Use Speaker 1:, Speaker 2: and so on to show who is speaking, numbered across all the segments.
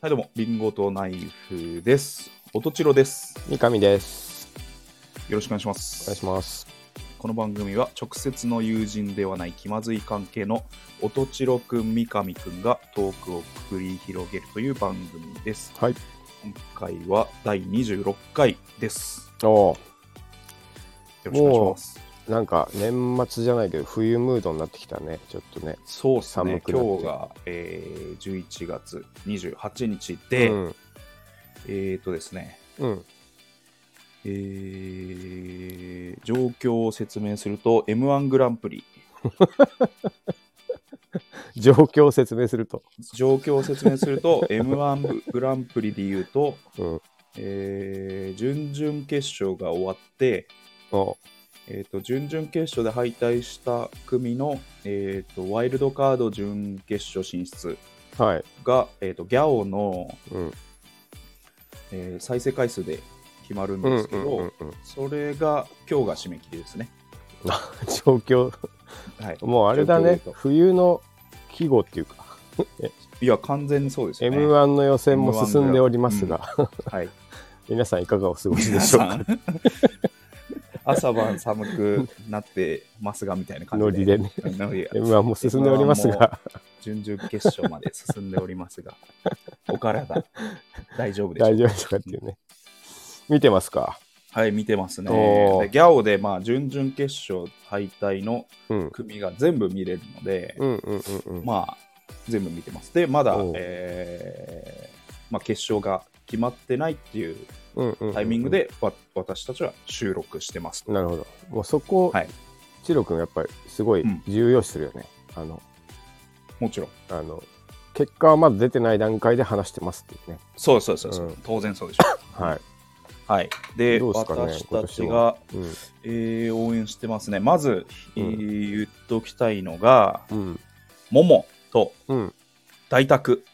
Speaker 1: はい、どうも、リンゴとナイフです。おとちろです。
Speaker 2: 三上です。
Speaker 1: よろしくお願いしま
Speaker 2: お願い
Speaker 1: す。
Speaker 2: します。
Speaker 1: この番組は直接の友人ではない気まずい関係のおとちろくん、三上くんがトークを繰り広げるという番組です。
Speaker 2: はい。
Speaker 1: 今回は第26回です。
Speaker 2: お
Speaker 1: よろしくお願いします。
Speaker 2: ーなんか年末じゃないけど冬ムードになってきたね。ちょっとね。
Speaker 1: そうですね
Speaker 2: 寒、くなって
Speaker 1: 今日が、えー、11月28日で、
Speaker 2: うん。
Speaker 1: えーとですね、
Speaker 2: うん。
Speaker 1: えー、状況を説明すると M1 グランプリ
Speaker 2: 状況を説明すると。
Speaker 1: 状況を説明する と M1 グランプリで言うと、
Speaker 2: うん。
Speaker 1: えー準々決勝が終わって、
Speaker 2: お
Speaker 1: えー、と準々決勝で敗退した組の、えー、とワイルドカード準決勝進出
Speaker 2: ーはい。
Speaker 1: が、えー、とギャオの、
Speaker 2: うん。
Speaker 1: えー再生回数で決まるん
Speaker 2: うん。う
Speaker 1: ですけど、
Speaker 2: ん。うん。うん
Speaker 1: それが今日が締め切りですね。
Speaker 2: 状況。
Speaker 1: はい、
Speaker 2: もうあれだね
Speaker 1: 状況で。言うと
Speaker 2: 冬の季語っていうか。
Speaker 1: いや完全にそうですよね。
Speaker 2: M1 の予選も進んでおりますが、
Speaker 1: はい、
Speaker 2: 皆さんいかがお過ごしで
Speaker 1: 皆
Speaker 2: しょう
Speaker 1: さ
Speaker 2: か
Speaker 1: ん朝晩寒くなってますがみたいな感じ
Speaker 2: ノリでね。
Speaker 1: ノリが
Speaker 2: M1 も進んでおりますが、
Speaker 1: 準々決勝まで進んでおりますが、 お体、大丈夫でしょう
Speaker 2: 大丈夫ですかっていうね。見てますか
Speaker 1: はい、見てますね。
Speaker 2: おー
Speaker 1: でギャオで、まあ、準々決勝敗退の
Speaker 2: うん。
Speaker 1: 組が全部見れるので、
Speaker 2: うんうんうんうん。
Speaker 1: まあ、全部見てます。で、まだ
Speaker 2: おう、
Speaker 1: えーまあ、決勝が決まってないっていう
Speaker 2: うんうんうんうん
Speaker 1: タイミング。で、わ私たちは収録してますと。
Speaker 2: なるほど。もうそこを
Speaker 1: はい、
Speaker 2: チロ君やっぱりすごい
Speaker 1: うん
Speaker 2: 重要視するよね。あの、
Speaker 1: もちろん。
Speaker 2: あの、結果はまだ出てない段階で話してますっていうね。
Speaker 1: そうそうそうそう、
Speaker 2: うん
Speaker 1: 当然そうでしょ
Speaker 2: はい。
Speaker 1: う。はい。で、
Speaker 2: どうですかね
Speaker 1: 私たち
Speaker 2: 今年
Speaker 1: が
Speaker 2: は、うん。
Speaker 1: えー応援してますね。まず、えー
Speaker 2: う
Speaker 1: 言っときたいのが、
Speaker 2: うん。
Speaker 1: ももと
Speaker 2: うん。
Speaker 1: 大拓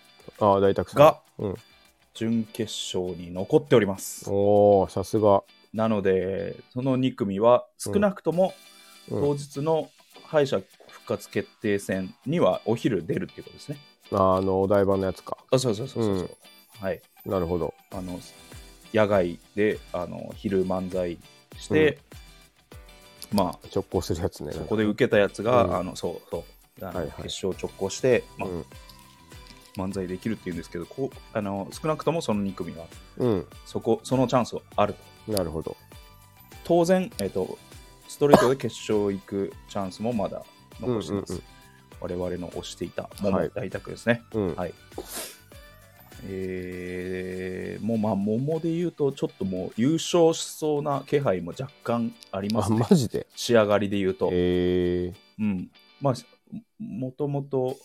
Speaker 2: ああ、大沢さん。
Speaker 1: が
Speaker 2: うん。
Speaker 1: 準決勝に残っております。
Speaker 2: おおさすが。
Speaker 1: なので、その2組は少なくとも
Speaker 2: うん
Speaker 1: 当日の敗者復活決定戦にはお昼出るっていうことですね。
Speaker 2: あの、お台場のやつか。
Speaker 1: あ、そうそうそうそうそう、
Speaker 2: うん
Speaker 1: はい。
Speaker 2: なるほど。
Speaker 1: あの、野外で、あの、昼漫才して、ま
Speaker 2: 直行するやつ
Speaker 1: あ、
Speaker 2: ね。
Speaker 1: そこで受けたやつが、
Speaker 2: うん
Speaker 1: あの、そうそう。あの
Speaker 2: はいはい
Speaker 1: 決勝直行して、まあ
Speaker 2: うん。
Speaker 1: 漫才できるっていうんですけどこうあの少なくともその2組は
Speaker 2: うん。
Speaker 1: そこそのチャンスはあると
Speaker 2: なるほど。
Speaker 1: 当然、えっとストレートで決勝行くチャンスもまだ残してます、
Speaker 2: うん
Speaker 1: 我々の推していたもも
Speaker 2: はい
Speaker 1: 大拓ですね
Speaker 2: うん。
Speaker 1: はい、えー、もうまあ桃で言うとちょっともう優勝しそうな気配も若干ありま
Speaker 2: あ、
Speaker 1: すね
Speaker 2: マジで
Speaker 1: 仕上がりで言うと、
Speaker 2: え
Speaker 1: うんまあももともと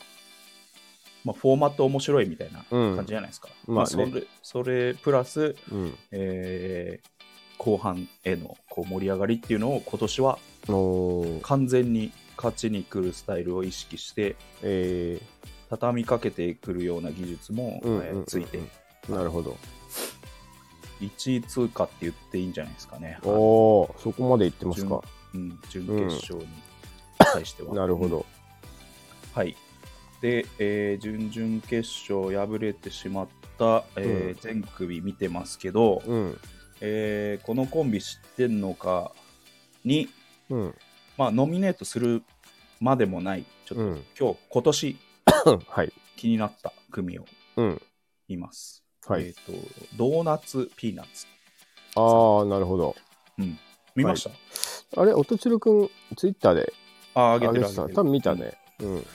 Speaker 1: まあ、フォーマット面白いみたいな
Speaker 2: うん
Speaker 1: 感じじゃないですか。
Speaker 2: まあ
Speaker 1: まあ
Speaker 2: ね
Speaker 1: それそれプラス、
Speaker 2: ー。うん。
Speaker 1: えー後半へのこう盛り上がりっていうのを今年は
Speaker 2: おー
Speaker 1: 完全に勝ちに来るスタイルを意識して
Speaker 2: え
Speaker 1: 畳みかけてくるような技術も、
Speaker 2: うんうんうんうん
Speaker 1: えーついて
Speaker 2: ー。なるほど。
Speaker 1: 1位通過って言っていいんじゃないですかね、
Speaker 2: おおそこまで行ってますか。
Speaker 1: うん、準決勝に対しては。
Speaker 2: なるほど。
Speaker 1: はいで、えー準々決勝敗れてしまった、えー全組見てますけど、
Speaker 2: うん。
Speaker 1: えーこのコンビ知ってんのかに
Speaker 2: うん。
Speaker 1: まあ、ノミネートするまでもない、ちょっと、
Speaker 2: うん。
Speaker 1: 今日、今年
Speaker 2: はい。
Speaker 1: 気になった組を
Speaker 2: うん。
Speaker 1: 言います。
Speaker 2: はい。
Speaker 1: えっ、と、ドーナツピーナッツ。
Speaker 2: ああ、なるほど。
Speaker 1: うん。見ました、
Speaker 2: あれ、音千代くん、ツイッターで
Speaker 1: ああ、上
Speaker 2: 上
Speaker 1: げて
Speaker 2: げ
Speaker 1: る
Speaker 2: てた。
Speaker 1: 上げてる
Speaker 2: 多分見た。ね。うん。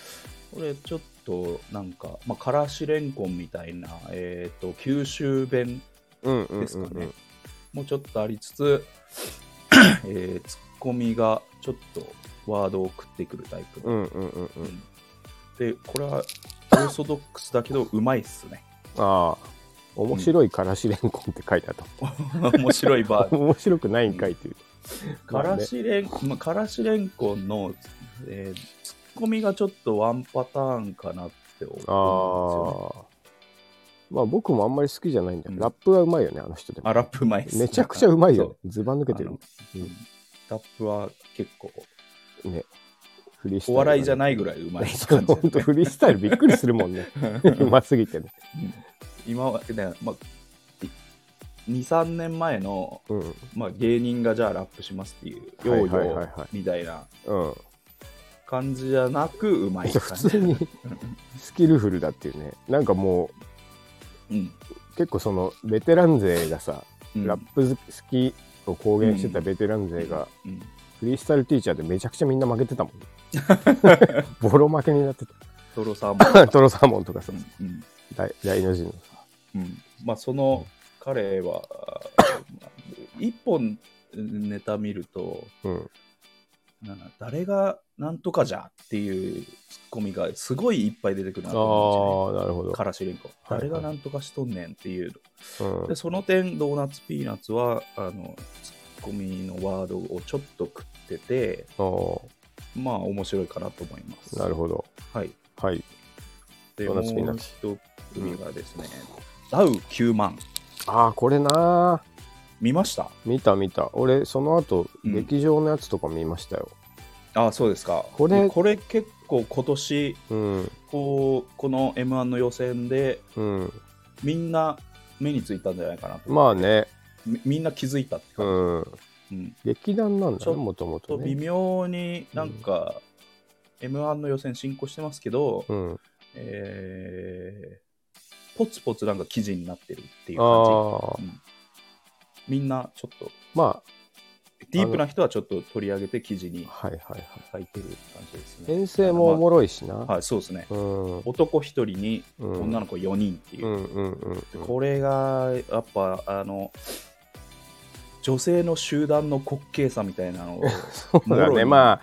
Speaker 1: これ、ちょっと、なんか、まあ、からしれんこんみたいな、えっ、と、九州弁
Speaker 2: うんうんうんうん。
Speaker 1: ですかね。もうちょっとありつつ、 えー、ツッコミがちょっとワードを食ってくるタイプ。
Speaker 2: うんうんうんう。
Speaker 1: うんんで、これは、オーソドックスだけど、うまいっすね。
Speaker 2: ああ、面白いからしれんこんって書いてあった。
Speaker 1: 面白いバージョン
Speaker 2: 面白くないんかいっていう。ま
Speaker 1: か
Speaker 2: あね
Speaker 1: らしれん、まあ、からしれんこんの、えーツッコミがちょっとワンパターンかなって思うんです
Speaker 2: あ
Speaker 1: よ、
Speaker 2: あ。まあ僕もあんまり好きじゃないんだけ
Speaker 1: うん
Speaker 2: ど、ラップはうまいよね、あの人で
Speaker 1: ね。あ、
Speaker 2: も。
Speaker 1: ラップうまいっすね
Speaker 2: めちゃくちゃうまいよね。ずば抜
Speaker 1: そ
Speaker 2: け
Speaker 1: う
Speaker 2: て
Speaker 1: あ
Speaker 2: る
Speaker 1: の。うんラップは結構、
Speaker 2: ね。フリースタ
Speaker 1: お
Speaker 2: イル。
Speaker 1: 笑いじゃ
Speaker 2: い
Speaker 1: ないぐらいうまい感じ
Speaker 2: 本当フリースタイルびっくりするもんね。うますぎてね。
Speaker 1: うん今までね、まあ、23年前の、
Speaker 2: うん。
Speaker 1: まあ、芸人がじゃあラップしますっていう
Speaker 2: は
Speaker 1: 要
Speaker 2: いはいはい
Speaker 1: 領
Speaker 2: はい
Speaker 1: みたいな
Speaker 2: うん。
Speaker 1: 感じじゃなくうまい
Speaker 2: 普
Speaker 1: 感じ
Speaker 2: 通にスキルフルだっていうね。なんかも
Speaker 1: うん
Speaker 2: う、結構その、ベテラン勢がさ、
Speaker 1: うん
Speaker 2: ラップ好きを公言してたベテラン勢が、
Speaker 1: うん
Speaker 2: フリースタイルティーチャーでめちゃくちゃみんな負けて たもん。ボロ負けになって
Speaker 1: トロサーモン
Speaker 2: た。 トロサーモンとかさ
Speaker 1: う、んうん
Speaker 2: 大大の字のさ。
Speaker 1: うんまあその彼は一本ネタ見ると
Speaker 2: うん。
Speaker 1: なんか誰がなんとかじゃっていうツッコミがすごいいっぱい出てくるな
Speaker 2: ああ
Speaker 1: と思うんですよね
Speaker 2: ー、なるほど。
Speaker 1: からしれんこ
Speaker 2: はいはい
Speaker 1: 誰がなんとかしとんねんっていう
Speaker 2: うん
Speaker 1: でその点ドーナツピーナッツはあのツッコミのワードをちょっと食ってて
Speaker 2: お
Speaker 1: まあ面白いかなと思います
Speaker 2: ーなるほど。
Speaker 1: はい
Speaker 2: はい。
Speaker 1: で
Speaker 2: ドーナツピーナ
Speaker 1: も
Speaker 2: ッ
Speaker 1: う一組がですね、ダウ9万
Speaker 2: ああ、これなー
Speaker 1: 見ました
Speaker 2: 見た見た。俺、その後、
Speaker 1: うん
Speaker 2: 劇場のやつとか見ましたよ。
Speaker 1: あそうですか
Speaker 2: これ
Speaker 1: でこれ結構今年
Speaker 2: うん。
Speaker 1: こうこの m 1の予選で
Speaker 2: うん。
Speaker 1: みんな目についたんじゃないかなと、
Speaker 2: まあね。
Speaker 1: みみんな気づいたって感
Speaker 2: うん。
Speaker 1: じ、うん
Speaker 2: 劇団なんだ
Speaker 1: ちょ
Speaker 2: ね、
Speaker 1: っと
Speaker 2: もとも
Speaker 1: と
Speaker 2: と
Speaker 1: 微
Speaker 2: ね。
Speaker 1: 妙になんか、m 1の予選進行してますけど、
Speaker 2: うん。
Speaker 1: えーポツポツなんか記事になってるっていう
Speaker 2: あ
Speaker 1: 感
Speaker 2: あ
Speaker 1: じ、。うんみんなちょっと
Speaker 2: ま
Speaker 1: ディープな人はちょっと取り上げて記事に
Speaker 2: あ、はいはいはい。
Speaker 1: 書いてる感じですね
Speaker 2: 編成もおもろいしな。
Speaker 1: はいそうですね
Speaker 2: うん。
Speaker 1: 男一人に
Speaker 2: うん
Speaker 1: 女の子4人っていう、
Speaker 2: うんうんうんうん。
Speaker 1: これがやっぱあの女性の集団の滑稽さみたいなのを
Speaker 2: そうだね。まあ、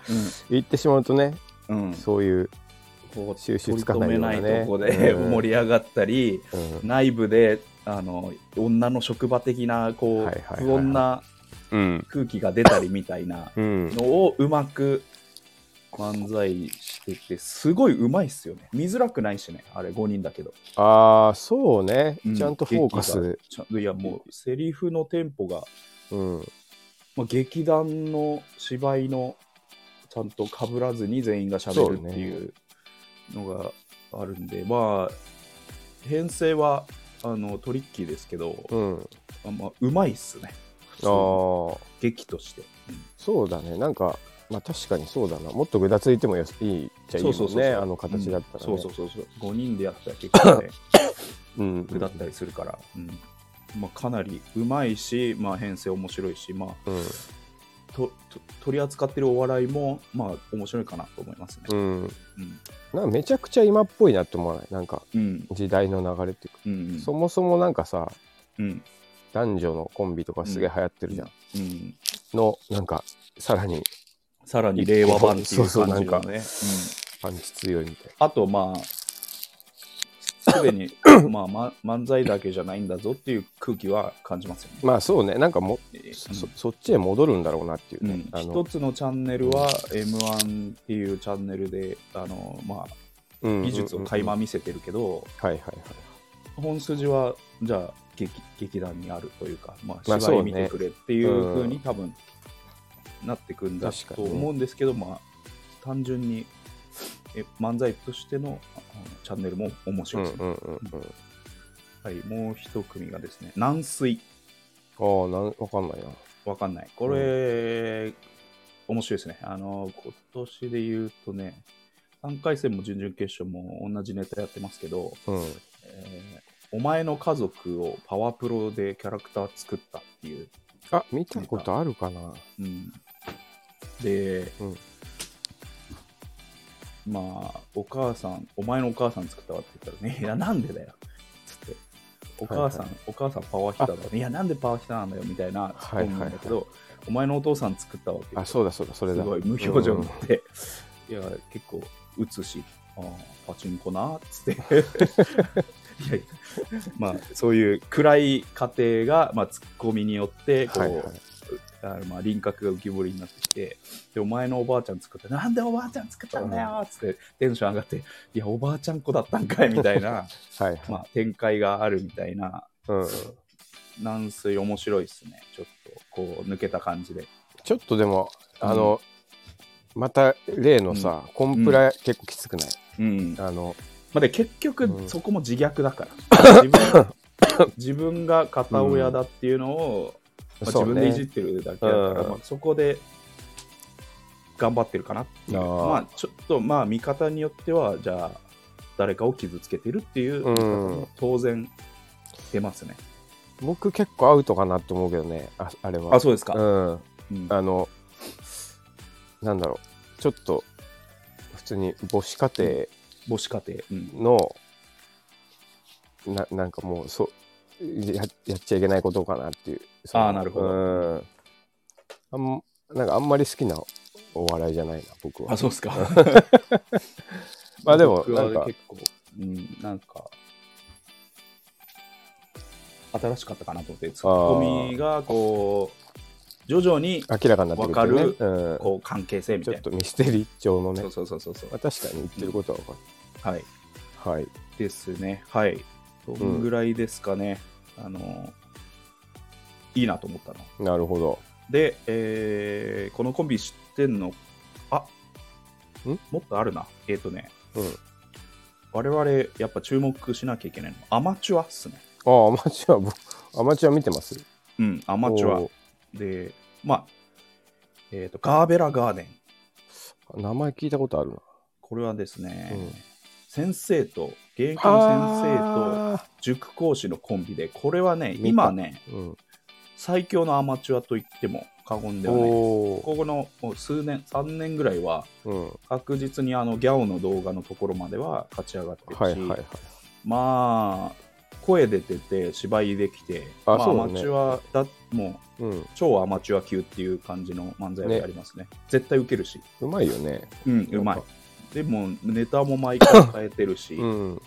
Speaker 2: 言ってしまうとね、
Speaker 1: あ、うんうん、
Speaker 2: そういう、
Speaker 1: こう
Speaker 2: 収
Speaker 1: 取
Speaker 2: 拾
Speaker 1: り
Speaker 2: つか
Speaker 1: 留
Speaker 2: な
Speaker 1: めな
Speaker 2: いようないね
Speaker 1: とこで
Speaker 2: うん
Speaker 1: 盛り上がったり、
Speaker 2: うん
Speaker 1: 内部であの女の職場的なこう、
Speaker 2: はいはいはいはい
Speaker 1: 不穏な
Speaker 2: うん
Speaker 1: 空気が出たりみたいな
Speaker 2: うん、
Speaker 1: のをうまく漫才しててすごいうまいっすよね見づらくないしねあれ5人だけど、
Speaker 2: ああそうね、
Speaker 1: うん
Speaker 2: ちゃんとフォーカス、
Speaker 1: 劇がちゃんいやもうセリフのテンポが、
Speaker 2: うん、
Speaker 1: まあ、劇団の芝居のちゃんと被らずに全員が喋るっていうのがあるんで、まあ編成はあのトリッキーですけど、
Speaker 2: うん、あ
Speaker 1: あまあ、うまいっすね。
Speaker 2: あー
Speaker 1: 劇として。
Speaker 2: そうだねなんかまあ確かにそうだなもっとぐだついてもよいいじゃいいもんねあの形だったらね、
Speaker 1: うんそうそうそうそう。5人でやったら結構 ね、
Speaker 2: うん、うん、
Speaker 1: 具だったりするから、うんまあ、かなりうまいし、まあ、編成面白いし、まあ、
Speaker 2: うん、
Speaker 1: とと取り扱ってるお笑いも、まあ、面白いかなと思いますね。
Speaker 2: うん、
Speaker 1: うん。
Speaker 2: なんかめちゃくちゃ今っぽいなって思わないなんか
Speaker 1: うん。
Speaker 2: 時代の流れっていうか、
Speaker 1: うん。うん。
Speaker 2: そもそもなんかさ
Speaker 1: うん。
Speaker 2: 男女のコンビとかすげえ流行ってるじゃん、
Speaker 1: うん。
Speaker 2: のなんかさらに
Speaker 1: さらに令和版ってい
Speaker 2: そう
Speaker 1: う
Speaker 2: そう
Speaker 1: 感じ
Speaker 2: な
Speaker 1: の
Speaker 2: んか
Speaker 1: ね。うん
Speaker 2: パンチ強いみたい
Speaker 1: あと、まあ、すで に、まあま、漫才だけじゃないんだぞっていう空気は感じますよね。
Speaker 2: なまあそうねなんかも
Speaker 1: えー
Speaker 2: そそっちへ戻るんだろうなっていう
Speaker 1: う
Speaker 2: ね、
Speaker 1: ん、
Speaker 2: あ
Speaker 1: 一
Speaker 2: の、
Speaker 1: つのチャンネルは m 1っていうチャンネルであの、まあ、
Speaker 2: うん
Speaker 1: 技術を垣間見せてるけど、
Speaker 2: はいはいはい
Speaker 1: 本筋はじゃあ劇劇団にあるというか、ま
Speaker 2: ま
Speaker 1: あ、芝
Speaker 2: あそ
Speaker 1: 居
Speaker 2: う
Speaker 1: 見
Speaker 2: ね
Speaker 1: てくれっていうふう
Speaker 2: う
Speaker 1: に
Speaker 2: ん
Speaker 1: 多分なってくんだ
Speaker 2: 確か
Speaker 1: と
Speaker 2: にね
Speaker 1: 思うんですけど、まあ、単純にえ漫才としてのああのチャンネルも面
Speaker 2: う
Speaker 1: 白い
Speaker 2: ん
Speaker 1: ですね、
Speaker 2: うんうんうん
Speaker 1: はい、もう一組がですね軟水
Speaker 2: ああ、なん、わかんないな。
Speaker 1: わかんない。これ、面白いですね。あの、今年で言うとね、3回戦も準々決勝も同じネタやってますけど、
Speaker 2: うん。
Speaker 1: えーお前の家族をパワープロでキャラクター作ったっていう。
Speaker 2: あ、見たことあるかな。
Speaker 1: うんで、
Speaker 2: うん
Speaker 1: まあ、お母さん、お前のお母さん作ったわって言ったらね、いや、なんでだよ。つって。お母さん、
Speaker 2: はい
Speaker 1: お母さんパワーヒッターだよね。いや、なんでパワーヒッターなんだよ、みたいな、
Speaker 2: はいはいは
Speaker 1: だ
Speaker 2: い
Speaker 1: けど、お前のお父さん作ったわって言
Speaker 2: あ、
Speaker 1: って
Speaker 2: そうだそうだ、それ
Speaker 1: す
Speaker 2: だ。
Speaker 1: ごい無表情
Speaker 2: う
Speaker 1: に
Speaker 2: ん
Speaker 1: なって、いや、結構打つし、あーパチンコなっつって。いやいやまあ、そういう暗い過程が、まあ、ツッコミによってこう、
Speaker 2: はいはい。
Speaker 1: あのまあ、輪郭が浮き彫りになってきてでお前のおばあちゃん作ったなんでおばあちゃん作ったんだよっつってテンション上がっていやおばあちゃん子だったんかいみたい な、
Speaker 2: はいはい。
Speaker 1: まあ、展開があるみたいな
Speaker 2: うん。
Speaker 1: 軟水面白いっすねちょっとこう抜けた感じで
Speaker 2: ちょっとでも、あの、また例のさ、コンプラ結構きつくない。
Speaker 1: うん
Speaker 2: あの、
Speaker 1: まあ、で結局
Speaker 2: うん
Speaker 1: そこも自虐だから、自分 自分が片親だっていうのを、まあ
Speaker 2: そ
Speaker 1: 自
Speaker 2: うね
Speaker 1: 分でいじってるだけだから、
Speaker 2: うん
Speaker 1: まあ、そこで頑張ってるかなっていう
Speaker 2: あー
Speaker 1: まあちょっとまあ見方によってはじゃあ誰かを傷つけてるっていう見方も当然出ますね、
Speaker 2: 僕結構アウトかなと思うけどねああれは
Speaker 1: あそうですか、
Speaker 2: うん
Speaker 1: うん
Speaker 2: あのなんだろうちょっと普通に母子家庭、
Speaker 1: 母子家庭、うん
Speaker 2: のななんかもうそややっちゃいけないことかなっていうその
Speaker 1: あーなるほど
Speaker 2: うんあんなんかあんまり好きなお笑いじゃないな僕は
Speaker 1: あそうですか
Speaker 2: まあでも
Speaker 1: 僕は
Speaker 2: なんか
Speaker 1: 結構うんなんか新しかったかなと思ってツッコミがこう徐々に
Speaker 2: 明らかになってくる
Speaker 1: わ
Speaker 2: っていうね、うん、
Speaker 1: こう関係性み
Speaker 2: ち
Speaker 1: た
Speaker 2: ょ
Speaker 1: い
Speaker 2: っ
Speaker 1: な
Speaker 2: とミステリー調のね
Speaker 1: そうそうそうそうそう
Speaker 2: まあ、確かに言ってることは分か
Speaker 1: はい
Speaker 2: る、はい
Speaker 1: ですね。はい。どんぐらいですかね。あの、いいなと思ったの。
Speaker 2: なるほど
Speaker 1: で、えーこのコンビ知ってんのあ
Speaker 2: ん
Speaker 1: もっとあるな。えっ、とね、
Speaker 2: うん
Speaker 1: 我々やっぱ注目しなきゃいけないの。アマチュアっすね。
Speaker 2: ああアマチュア僕アマチュア見てます
Speaker 1: うん、アマチュ
Speaker 2: お
Speaker 1: ア。で、まあ、えっ、と、ガーベラガーデン。
Speaker 2: ー名前聞いたことあるな
Speaker 1: これはですね、
Speaker 2: うん
Speaker 1: 先生と、現役の先生と塾講師のコンビで、これはね、
Speaker 2: 見た
Speaker 1: 今ね、
Speaker 2: 生と、うん
Speaker 1: 最強のアマチュアと言っても過言ではない。
Speaker 2: おー
Speaker 1: ここのもう数年、3年ぐらいは、
Speaker 2: うん、
Speaker 1: 確実にあのギャオの動画のところまでは勝ち上がってるし、
Speaker 2: はいはいはい
Speaker 1: まあ、声出てて、芝居できて、ま
Speaker 2: あ
Speaker 1: あ
Speaker 2: そうだ
Speaker 1: ア
Speaker 2: ね
Speaker 1: マチュアだ、もう
Speaker 2: うん
Speaker 1: 超アマチュア級っていう感じの漫才を
Speaker 2: ね
Speaker 1: やりますね。絶対ウケるし、
Speaker 2: うまいよね
Speaker 1: うん、うま
Speaker 2: ないんか。
Speaker 1: でも、ネタも毎回変えてるし、
Speaker 2: うん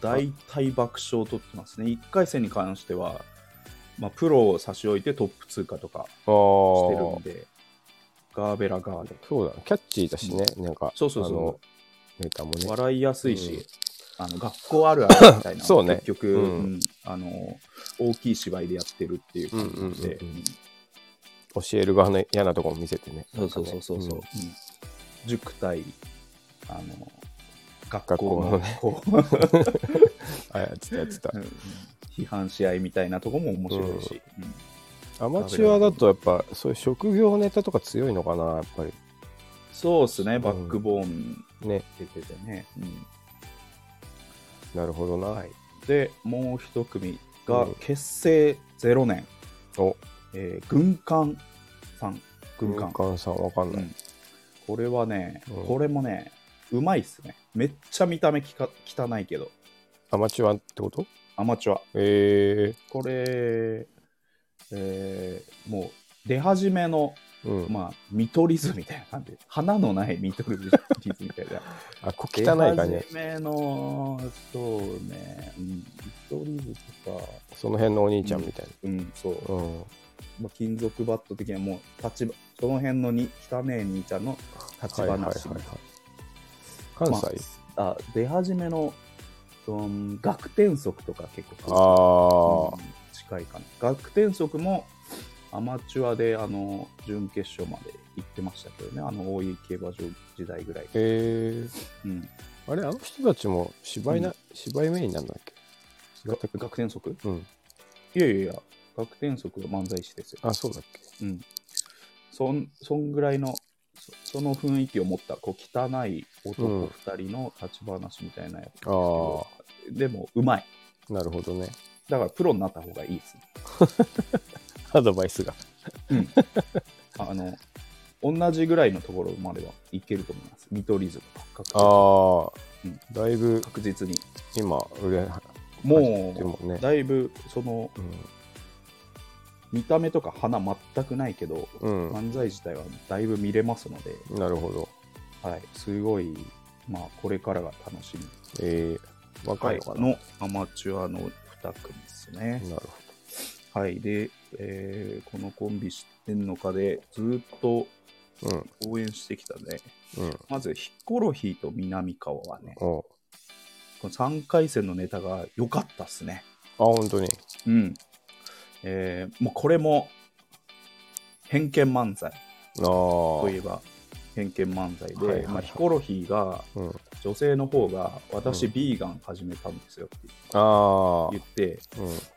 Speaker 1: 大体爆笑を取ってますね。1回戦に関しては、まあ、プロを差し置いてトップ通過とか
Speaker 2: あ
Speaker 1: してる
Speaker 2: ー
Speaker 1: んで、ガーベラガーデン。
Speaker 2: そうだ、キャッチーだしね、なんか、
Speaker 1: そうそうそう
Speaker 2: あのネタもね。
Speaker 1: 笑いやすいし、あの学校あるあるみたいな、
Speaker 2: そうね
Speaker 1: 結局、
Speaker 2: うん
Speaker 1: うんあの、大きい芝居でやってるっていう感じで、
Speaker 2: うんうんうんうん教える側の嫌なとこも見せてね。
Speaker 1: うんそうそうそうそう、うん
Speaker 2: ん
Speaker 1: 塾対あの学
Speaker 2: 学
Speaker 1: 校
Speaker 2: 校
Speaker 1: の
Speaker 2: のね
Speaker 1: こ
Speaker 2: あ、やってた、やってた
Speaker 1: うう。ん批判し合いみたいなとこも面白いし、うん
Speaker 2: アマチュアだと、やっぱ、そういう職業ネタとか強いのかな、やっぱり。
Speaker 1: そうですね、バックボーン
Speaker 2: ね、
Speaker 1: 出ててね。うん
Speaker 2: なるほどな。
Speaker 1: はい、で、もう一組が
Speaker 2: うん
Speaker 1: 結成0年、
Speaker 2: お、
Speaker 1: えー軍艦さん、軍艦
Speaker 2: 軍。艦さん、わかんない。
Speaker 1: うんこれはね、
Speaker 2: うん
Speaker 1: これもね、うまいっすね。めっちゃ見た目きか汚いけど、
Speaker 2: アマチュアってこと
Speaker 1: アマチュア。
Speaker 2: え
Speaker 1: これ、えーもう出始めの、
Speaker 2: えー。うん。
Speaker 1: まあ、見取り図みたいな感じ。花のない見取り図みたいな。
Speaker 2: あ、こ汚い感じ
Speaker 1: 出。始めの、そうね、うん、見取り図とか、
Speaker 2: その辺のお兄ちゃんみたい
Speaker 1: うん、そう、
Speaker 2: な。うん。
Speaker 1: まあ、金属バット的な、もう、立場、その辺のに汚い兄ちゃんの立ち話みたいな。
Speaker 2: 関西、
Speaker 1: まあ、あ出始めの、うん、学天則とか結
Speaker 2: あ
Speaker 1: 構う
Speaker 2: ー、
Speaker 1: ん近いかな学天則もアマチュアであの準決勝まで行ってましたけどねあの大井競馬場時代ぐらい、
Speaker 2: え
Speaker 1: う
Speaker 2: ー。
Speaker 1: ん、
Speaker 2: あれ、あの人たちも芝居な、芝居メインなんだっけ違ったっけ
Speaker 1: 学天則
Speaker 2: うん。
Speaker 1: いやいやいや学天則は漫才師ですよ、
Speaker 2: あ、そうだっけ
Speaker 1: うん、そんそんぐらいのそその雰囲気を持ったこう汚い
Speaker 2: うん
Speaker 1: 男2人の立ち話みたいなやつ、
Speaker 2: ああ
Speaker 1: でもうまい
Speaker 2: なるほどね。
Speaker 1: だからプロになった方がいいですね
Speaker 2: アドバイスが。
Speaker 1: あの、同じぐらいのところまではいけると思います。見取り図とか確実
Speaker 2: ああ、
Speaker 1: うん
Speaker 2: だいぶ
Speaker 1: 確実に。
Speaker 2: 今売れ
Speaker 1: も
Speaker 2: でもね
Speaker 1: う、だいぶ、その、見た目とか花全くないけど、
Speaker 2: うん、う
Speaker 1: 漫才自体はだいぶ見れますので、
Speaker 2: ん、なるほど。
Speaker 1: はい、すごい、まあ、これからが楽しみ。
Speaker 2: えー、若いのかな、
Speaker 1: のアマチュアの2組ですね。
Speaker 2: なる
Speaker 1: はい。で、えーこのコンビ知ってんのかで、ずっと
Speaker 2: ほど。
Speaker 1: 応援してきたね。
Speaker 2: うん、うん。
Speaker 1: まず、ヒコロヒーと南川はね、
Speaker 2: おあ、
Speaker 1: この3回戦のネタが良かったっすね。
Speaker 2: 本当に。
Speaker 1: うん。えーもうこれも、偏見漫才
Speaker 2: ああ、
Speaker 1: といえば、偏見漫才で、
Speaker 2: はいはいはい
Speaker 1: まあ、ヒコロヒーが
Speaker 2: うん、
Speaker 1: 女性の方が私、
Speaker 2: うん
Speaker 1: ビーガン始めたんですよって
Speaker 2: ああ
Speaker 1: 言、って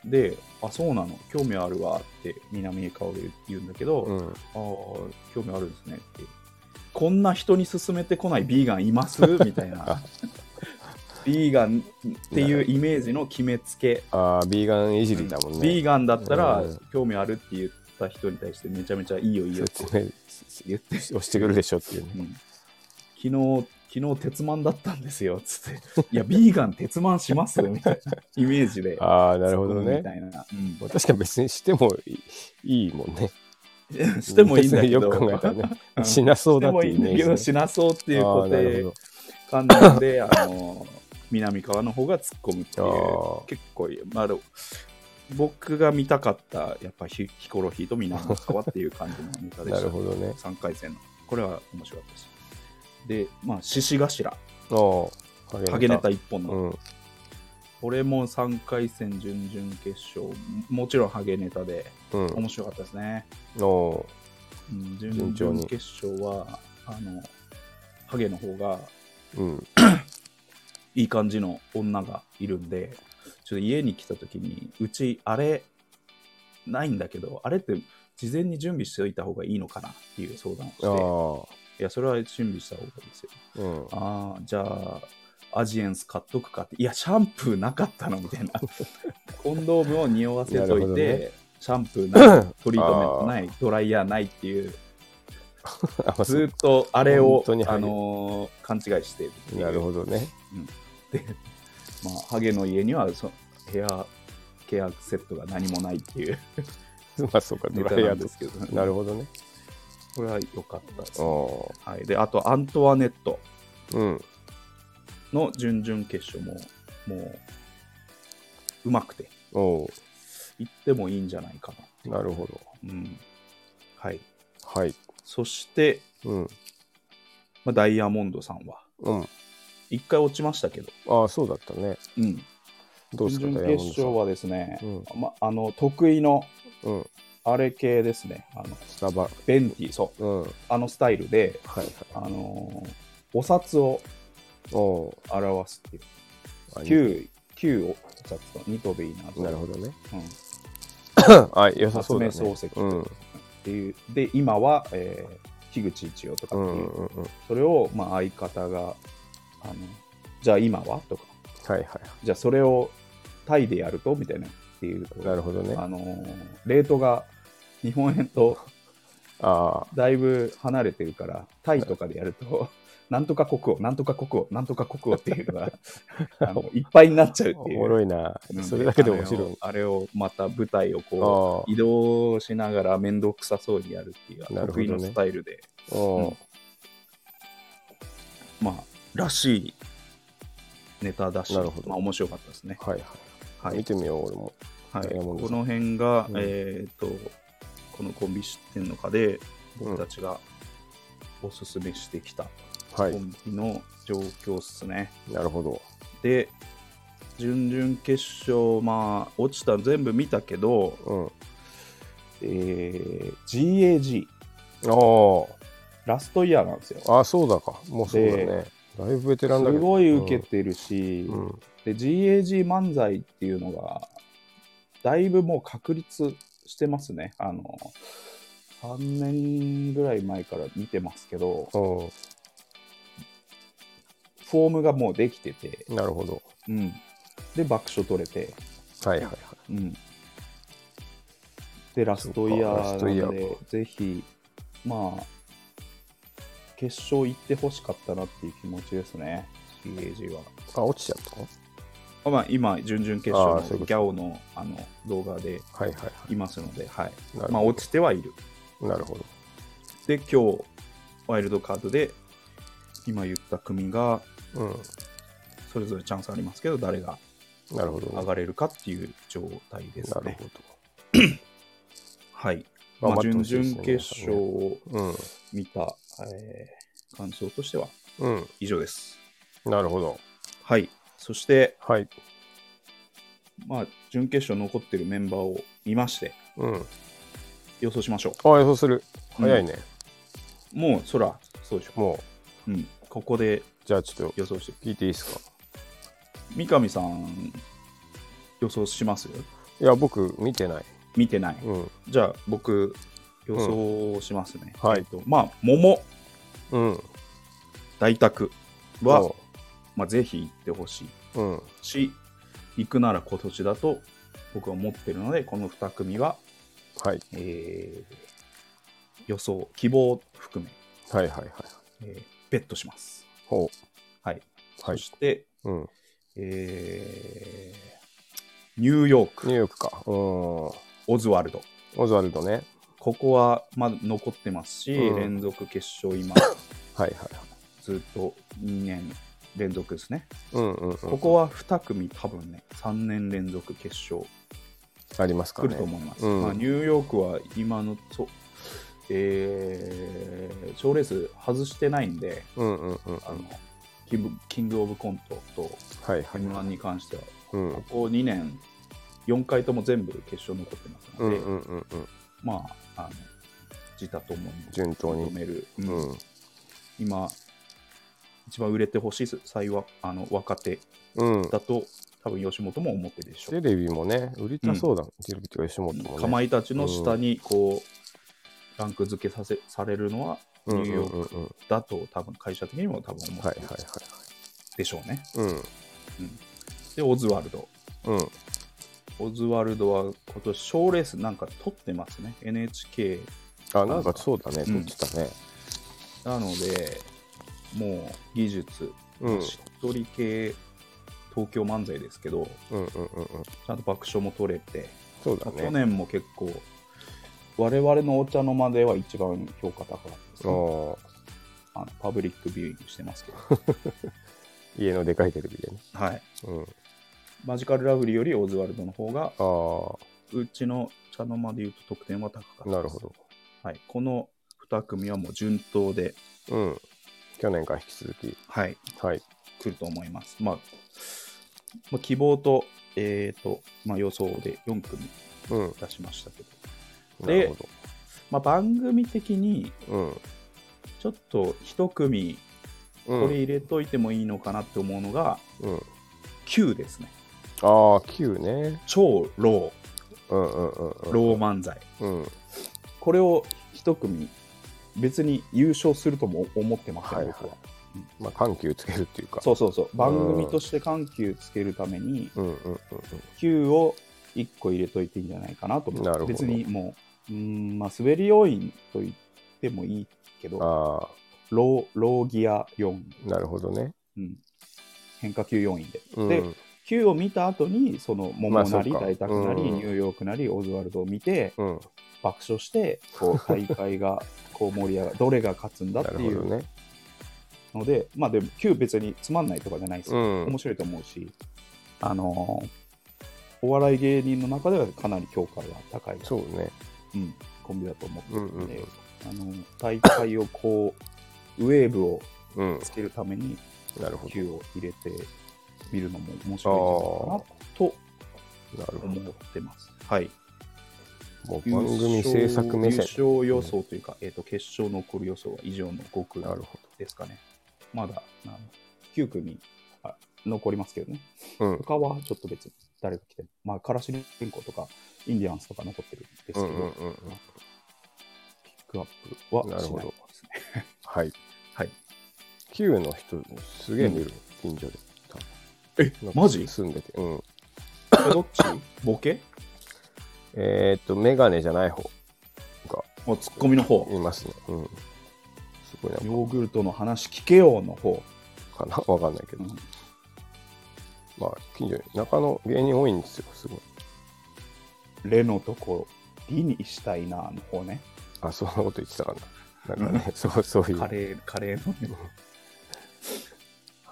Speaker 2: う
Speaker 1: であそうなの興味あるわって南かおる言うんだけど、
Speaker 2: んうん、
Speaker 1: ああ興味あるんですねってこんな人に勧めてこないビーガンい ますみたいなビーガンっていうイメージの決めつけ、
Speaker 2: ああビーガンいじりだもんね、
Speaker 1: ビーガンだったら
Speaker 2: うん
Speaker 1: 興味あるって言った人に対してめちゃめちゃいいよいいよって
Speaker 2: 説明
Speaker 1: 言って、
Speaker 2: 押してくるでしょっ ていうね
Speaker 1: うん昨日昨日鉄マンだったんですよつっていやビーガン鉄マンし ますみたいなイメージで
Speaker 2: ああなるほど
Speaker 1: み
Speaker 2: ね
Speaker 1: たいな、うん
Speaker 2: 確かに別にしてもいいいいもんね
Speaker 1: してもいいんだけど
Speaker 2: 別によく考えたらね
Speaker 1: うん
Speaker 2: しなそうだっていう
Speaker 1: し
Speaker 2: イ
Speaker 1: てもいいんだけ
Speaker 2: メー
Speaker 1: ど
Speaker 2: ジね
Speaker 1: しなそうっていう
Speaker 2: あ
Speaker 1: 固
Speaker 2: あな
Speaker 1: 定
Speaker 2: るほ
Speaker 1: 観念で、あの南川の方が突っ込むってい
Speaker 2: あ
Speaker 1: う
Speaker 2: ー、
Speaker 1: 結構いい、まあ、でも僕が見たかった、やっぱヒヒコロヒーと南川っていう感じのネタ
Speaker 2: ど
Speaker 1: でし
Speaker 2: な
Speaker 1: た
Speaker 2: る。ほどね
Speaker 1: 3回戦の。これは面白かったです。で、まあ、獅子頭、
Speaker 2: ああ
Speaker 1: ハゲネタ一本の。
Speaker 2: うん
Speaker 1: これも3回戦、準々決勝、もちろんハゲネタで、
Speaker 2: うん
Speaker 1: 面白かったですね。
Speaker 2: お
Speaker 1: うん、準
Speaker 2: 順調
Speaker 1: 々
Speaker 2: に
Speaker 1: 決勝は、あの、ハゲの方が、
Speaker 2: ーうん
Speaker 1: いい感じの女がいるんで、ちょっと家に来た時に、うちあれないんだけど、あれって事前に準備しておいた方がいいのかなっていう相談を
Speaker 2: あ
Speaker 1: して、
Speaker 2: あ
Speaker 1: いや、それは準備した方がいいですよ。
Speaker 2: うん
Speaker 1: ああ、じゃあ、アジエンス買っとくかって、いや、シャンプーなかったのみた いな。コンドームを匂わせ
Speaker 2: な
Speaker 1: と
Speaker 2: る
Speaker 1: い
Speaker 2: ほど
Speaker 1: て、
Speaker 2: ね
Speaker 1: シャンプーない、トリートメントない、ドライヤーないっていう、
Speaker 2: あまあ
Speaker 1: ずーっとあれを
Speaker 2: 本、当に
Speaker 1: あのー勘違いしてるっていう
Speaker 2: なるほ どね
Speaker 1: で、まあ、ハゲの家にはそヘアケアセットが何もないっていう
Speaker 2: まあそうかド
Speaker 1: ネタ
Speaker 2: ライ
Speaker 1: な
Speaker 2: ヤ
Speaker 1: ん
Speaker 2: ー
Speaker 1: で
Speaker 2: と
Speaker 1: すけど、
Speaker 2: なるほどね
Speaker 1: これは良かったです、
Speaker 2: お
Speaker 1: はい。で、あと、アントワネット
Speaker 2: うん
Speaker 1: の準々決勝も、もう、うまくて、
Speaker 2: お
Speaker 1: いってもいいんじゃないかなっていう。
Speaker 2: なるほど
Speaker 1: うん。はい。
Speaker 2: はい
Speaker 1: そして、
Speaker 2: うん
Speaker 1: まあ、ダイヤモンドさんは、
Speaker 2: うん
Speaker 1: 一回落ちましたけど、
Speaker 2: ああそうだったね
Speaker 1: うん。
Speaker 2: どうですか
Speaker 1: 準々
Speaker 2: ダイヤ
Speaker 1: 決
Speaker 2: モンドさ
Speaker 1: 勝
Speaker 2: ん
Speaker 1: はですね、
Speaker 2: うん
Speaker 1: ま、あの、得意の、
Speaker 2: うん
Speaker 1: あれ系ですね、あの、
Speaker 2: スタバ
Speaker 1: ベンティ、そう。
Speaker 2: うんはい
Speaker 1: あのスタイルで、
Speaker 2: はい
Speaker 1: あのーお札を
Speaker 2: おお
Speaker 1: 表すっていう。
Speaker 2: ー
Speaker 1: 旧、旧お札とニトビーナ
Speaker 2: なる
Speaker 1: と、
Speaker 2: ほどね
Speaker 1: うん、
Speaker 2: はい、良さそ
Speaker 1: 夏
Speaker 2: うだ
Speaker 1: 目
Speaker 2: ね。
Speaker 1: 漱石
Speaker 2: うん、
Speaker 1: っていう。で、今は、えー、樋口一葉とか
Speaker 2: う
Speaker 1: って
Speaker 2: ん
Speaker 1: いう。
Speaker 2: うんうん。はい
Speaker 1: それを、まあ、相方が、あの、じゃあ今はとか、
Speaker 2: はいは
Speaker 1: じゃあそれをタイでやるとみたいなっていうと
Speaker 2: い。なるほどね。
Speaker 1: あのーレートが日本円と
Speaker 2: あ
Speaker 1: だいぶ離れてるから、タイとかでやると、 なんとか国王、なんとか国王、なんとか国王っていうの があのいっぱいになっちゃう
Speaker 2: あ、
Speaker 1: っていう。
Speaker 2: おもろいな
Speaker 1: う。ん
Speaker 2: それだけで面白い。
Speaker 1: あれをあれをまた舞台をこ
Speaker 2: あ
Speaker 1: う移動しながら面倒くさそうにやるっていう
Speaker 2: なるほど
Speaker 1: 得
Speaker 2: ね
Speaker 1: 意のスタイルで、
Speaker 2: あ、お
Speaker 1: まあ、らしいネタだし、
Speaker 2: なるほど
Speaker 1: まあ、面白かったですね。
Speaker 2: はい
Speaker 1: は
Speaker 2: はい。
Speaker 1: い
Speaker 2: 見てみよう、俺も。
Speaker 1: はい、
Speaker 2: ダイヤモンド
Speaker 1: こ
Speaker 2: さん
Speaker 1: の辺が、
Speaker 2: うん
Speaker 1: えっとこのコンビ知ってんのかで
Speaker 2: うん
Speaker 1: 僕たちがおすすめしてきた
Speaker 2: は
Speaker 1: コ
Speaker 2: い。
Speaker 1: ンビの状況っすね。
Speaker 2: なるほど。
Speaker 1: で準々決勝まあ落ちたの全部見たけど、
Speaker 2: うん。
Speaker 1: えー GAG
Speaker 2: あ
Speaker 1: ラストイヤーなんですよ
Speaker 2: あ、ああ、そうだか。もうそうだね。だいぶベテランだけ
Speaker 1: す
Speaker 2: ど。
Speaker 1: ごい受けてるし、
Speaker 2: うん。うん
Speaker 1: で GAG 漫才っていうのがだいぶもう確立してますねあの3年ぐらい前から見てますけど
Speaker 2: お
Speaker 1: フォームがもうできてて、
Speaker 2: うなるほど。
Speaker 1: うん、で爆笑取れて、
Speaker 2: はいはいはい。
Speaker 1: うん、でラストイヤ
Speaker 2: そうかラストイ
Speaker 1: ー
Speaker 2: ヤ
Speaker 1: な
Speaker 2: ー
Speaker 1: の
Speaker 2: か
Speaker 1: でぜひまあ決勝行ってほしかったなっていう気持ちですね GAG は。
Speaker 2: あ、落ちちゃったの
Speaker 1: あまあ、今、準々決
Speaker 2: あー
Speaker 1: 勝
Speaker 2: そうい
Speaker 1: の
Speaker 2: うこと
Speaker 1: ギャオのあの動画で
Speaker 2: はいはいはい
Speaker 1: ますので、はい
Speaker 2: い。なる
Speaker 1: まあ、
Speaker 2: ほ
Speaker 1: 落ちてはいる。
Speaker 2: ど。なるほど。
Speaker 1: で、今日、ワイルドカードで、今言った組が、
Speaker 2: う
Speaker 1: それぞれチャンスありますけど、誰が
Speaker 2: ん。なるほどね。
Speaker 1: 上がれるかっていう状態です
Speaker 2: なる
Speaker 1: ね。
Speaker 2: ほ
Speaker 1: はい。
Speaker 2: ど。
Speaker 1: まあ、準
Speaker 2: 頑張ってほし
Speaker 1: 々決
Speaker 2: いですね
Speaker 1: 勝。を
Speaker 2: うん。
Speaker 1: 見た、えー感想としては
Speaker 2: うん。
Speaker 1: 以上です。
Speaker 2: なるほど。
Speaker 1: はい。そして、
Speaker 2: はい。
Speaker 1: まあ、準決勝残ってるメンバーを見まして、
Speaker 2: うん。
Speaker 1: 予想しましょう。
Speaker 2: ああ、予想する。早いね。
Speaker 1: もう、そら、そうでしょ
Speaker 2: もう
Speaker 1: うん、ここで
Speaker 2: じゃあちょっと
Speaker 1: 予想して
Speaker 2: 聞いていいですか
Speaker 1: 三上さん予想します
Speaker 2: いや僕見てない
Speaker 1: 見てない、
Speaker 2: うん
Speaker 1: じゃあ僕予想しますね、
Speaker 2: はい
Speaker 1: えっとまあ桃
Speaker 2: うん
Speaker 1: 大宅は
Speaker 2: そ
Speaker 1: まあぜひ行ってほしいう
Speaker 2: うん
Speaker 1: し行くなら今年だと僕は思ってるのでこの2組は、
Speaker 2: はい
Speaker 1: えー予想希望含め、
Speaker 2: はいはいはい
Speaker 1: えーベットします
Speaker 2: ほ
Speaker 1: はい、
Speaker 2: うは
Speaker 1: そ
Speaker 2: い
Speaker 1: して、
Speaker 2: うんニ
Speaker 1: えーニューヨー
Speaker 2: ュー
Speaker 1: ク
Speaker 2: ヨークかうん
Speaker 1: オズワルド
Speaker 2: オズワルドね
Speaker 1: ここはまだ残ってますし、
Speaker 2: うん
Speaker 1: 連続決勝今
Speaker 2: はいはいはい
Speaker 1: ずっと2年連続ですね、
Speaker 2: うんうん、うん、
Speaker 1: ここは2組多分ね3年連続決勝
Speaker 2: ありますか
Speaker 1: 来
Speaker 2: ね
Speaker 1: ると思います、
Speaker 2: うん
Speaker 1: まあ、ニューヨークは今のと、えー、賞レース外してないんで
Speaker 2: うんうんうん
Speaker 1: あのキングキングオブコントと
Speaker 2: はいはい
Speaker 1: m 1に関しては
Speaker 2: うん
Speaker 1: ここ2年4回とも全部決勝残ってます
Speaker 2: う
Speaker 1: の
Speaker 2: ん
Speaker 1: で、
Speaker 2: うんうんうん
Speaker 1: まああの自他ともに
Speaker 2: 順当に
Speaker 1: 認める、
Speaker 2: う
Speaker 1: うん
Speaker 2: ん
Speaker 1: 今一番売れてほしい最はあの若手
Speaker 2: うん
Speaker 1: だと多分吉本も思ってるでしょ
Speaker 2: テレビもね売りたそうだ、テレビとか吉本も
Speaker 1: う
Speaker 2: ね
Speaker 1: かまいたちの下にこうランク付けさせされるのは
Speaker 2: うんうん
Speaker 1: ニューヨーク
Speaker 2: うんうん
Speaker 1: だと多分会社的にも多分思
Speaker 2: は
Speaker 1: っ
Speaker 2: い
Speaker 1: てる
Speaker 2: はい
Speaker 1: でしょうね、
Speaker 2: はい
Speaker 1: でオズワルド
Speaker 2: うんうん
Speaker 1: オズワルドは今年賞レースなんか取ってますね NHK
Speaker 2: あなんかそうだね
Speaker 1: う
Speaker 2: 撮っ
Speaker 1: ん
Speaker 2: てたね
Speaker 1: なのでもう技術
Speaker 2: うん
Speaker 1: しっとり系東京漫才ですけど
Speaker 2: うんうんうんうん
Speaker 1: ちゃんと爆笑も取れて
Speaker 2: そうだ
Speaker 1: 去
Speaker 2: ね
Speaker 1: 年も結構我々のお茶の間では一番評価高かったです、
Speaker 2: あ
Speaker 1: ね、
Speaker 2: ー
Speaker 1: あのパブリックビューイングしてますけど、
Speaker 2: 家のでかいテレビでね
Speaker 1: はい、
Speaker 2: うん
Speaker 1: マジカルラブリーよりオズワルドの方が
Speaker 2: あ
Speaker 1: うちの茶の間でいうと得点は高かった
Speaker 2: あなるほど
Speaker 1: はい、この2組はもう順当で、
Speaker 2: うん去年から引き続き
Speaker 1: はい、
Speaker 2: はい
Speaker 1: 来ると思います、まあまあ、希望と,、えーとまあ、予想で4組
Speaker 2: うん
Speaker 1: 出しましたけど、
Speaker 2: なるほど
Speaker 1: まあ、番組的に
Speaker 2: うん
Speaker 1: ちょっと1組
Speaker 2: う
Speaker 1: これ
Speaker 2: ん
Speaker 1: 入れといてもいいのかなって思うのが
Speaker 2: うん
Speaker 1: 9ですね
Speaker 2: ああ Q ね
Speaker 1: 超ロ
Speaker 2: うんうんうん
Speaker 1: ー
Speaker 2: うん
Speaker 1: ロー漫才
Speaker 2: うん
Speaker 1: これを1組別に優勝するとも思ってません、
Speaker 2: はいはい
Speaker 1: 僕は
Speaker 2: まあ緩急つけるっていうか
Speaker 1: そうそうそう番組として緩急つけるために
Speaker 2: うんうんうん
Speaker 1: 9を1個入れといていいんじゃないかなと思って
Speaker 2: なるほど
Speaker 1: 別にもううーんまあ滑り要因と言ってもいいけ
Speaker 2: うん
Speaker 1: ど
Speaker 2: あ
Speaker 1: ローローギア4、
Speaker 2: あなるほどね
Speaker 1: うん、変化球要因で、
Speaker 2: うん
Speaker 1: で9を見た後にその
Speaker 2: ま
Speaker 1: 桃
Speaker 2: あそ
Speaker 1: な
Speaker 2: う
Speaker 1: り
Speaker 2: か
Speaker 1: 大宅なり、
Speaker 2: うん
Speaker 1: ニューヨークなりオズワルドを見て
Speaker 2: うん
Speaker 1: 爆笑して こう大会がこう盛り上がるどれが勝つんだっ
Speaker 2: な
Speaker 1: て
Speaker 2: る
Speaker 1: い
Speaker 2: ほど
Speaker 1: う
Speaker 2: ね
Speaker 1: のでまあでも9別につまんないとかじゃないです
Speaker 2: う
Speaker 1: よ、
Speaker 2: ん
Speaker 1: 面白いと思うしあのーお笑い芸人の中ではかなり評価が高い、
Speaker 2: そうね
Speaker 1: うん、コンビだと思ってるので、
Speaker 2: うん
Speaker 1: あの大会をこうウェーブを
Speaker 2: うん
Speaker 1: つけるために
Speaker 2: なるほど
Speaker 1: 9を入れてみるのも面白いんじゃないかなと
Speaker 2: なるほど
Speaker 1: 思ってます。はい、
Speaker 2: もう番組制作目線
Speaker 1: 優勝予想というか、えー、と決勝残る予想は以上の5組
Speaker 2: なるほ
Speaker 1: ですかね。まだあの9組あ残りますけどね。
Speaker 2: どうん
Speaker 1: 他はちょっと別に誰が来ても、まあ、からし銀行とかインディアンスとか残ってるんですけ
Speaker 2: う
Speaker 1: ど、
Speaker 2: んうん
Speaker 1: ピ
Speaker 2: うんうん
Speaker 1: ックアップはし
Speaker 2: な
Speaker 1: ない
Speaker 2: るほど
Speaker 1: ですね。
Speaker 2: はい
Speaker 1: はい、
Speaker 2: Q の人すげえ見る近所で
Speaker 1: え
Speaker 2: なんか
Speaker 1: マジ
Speaker 2: 住んでてうん
Speaker 1: どっちボケ
Speaker 2: えー、っと、メガネじゃない方が
Speaker 1: もうツッコミの方。
Speaker 2: いますね。うん。すごいな
Speaker 1: ヨーグルトの話聞けようの方。
Speaker 2: かなわかんないけど。
Speaker 1: うん
Speaker 2: まあ、近所に、中の芸人多いんですよ、すごい。
Speaker 1: レのとこ、リにしたいなの方ね。
Speaker 2: あ、そんなこと言ってたかな。なんかね、そう、そういう。
Speaker 1: カ
Speaker 2: はい。
Speaker 1: レー、カレー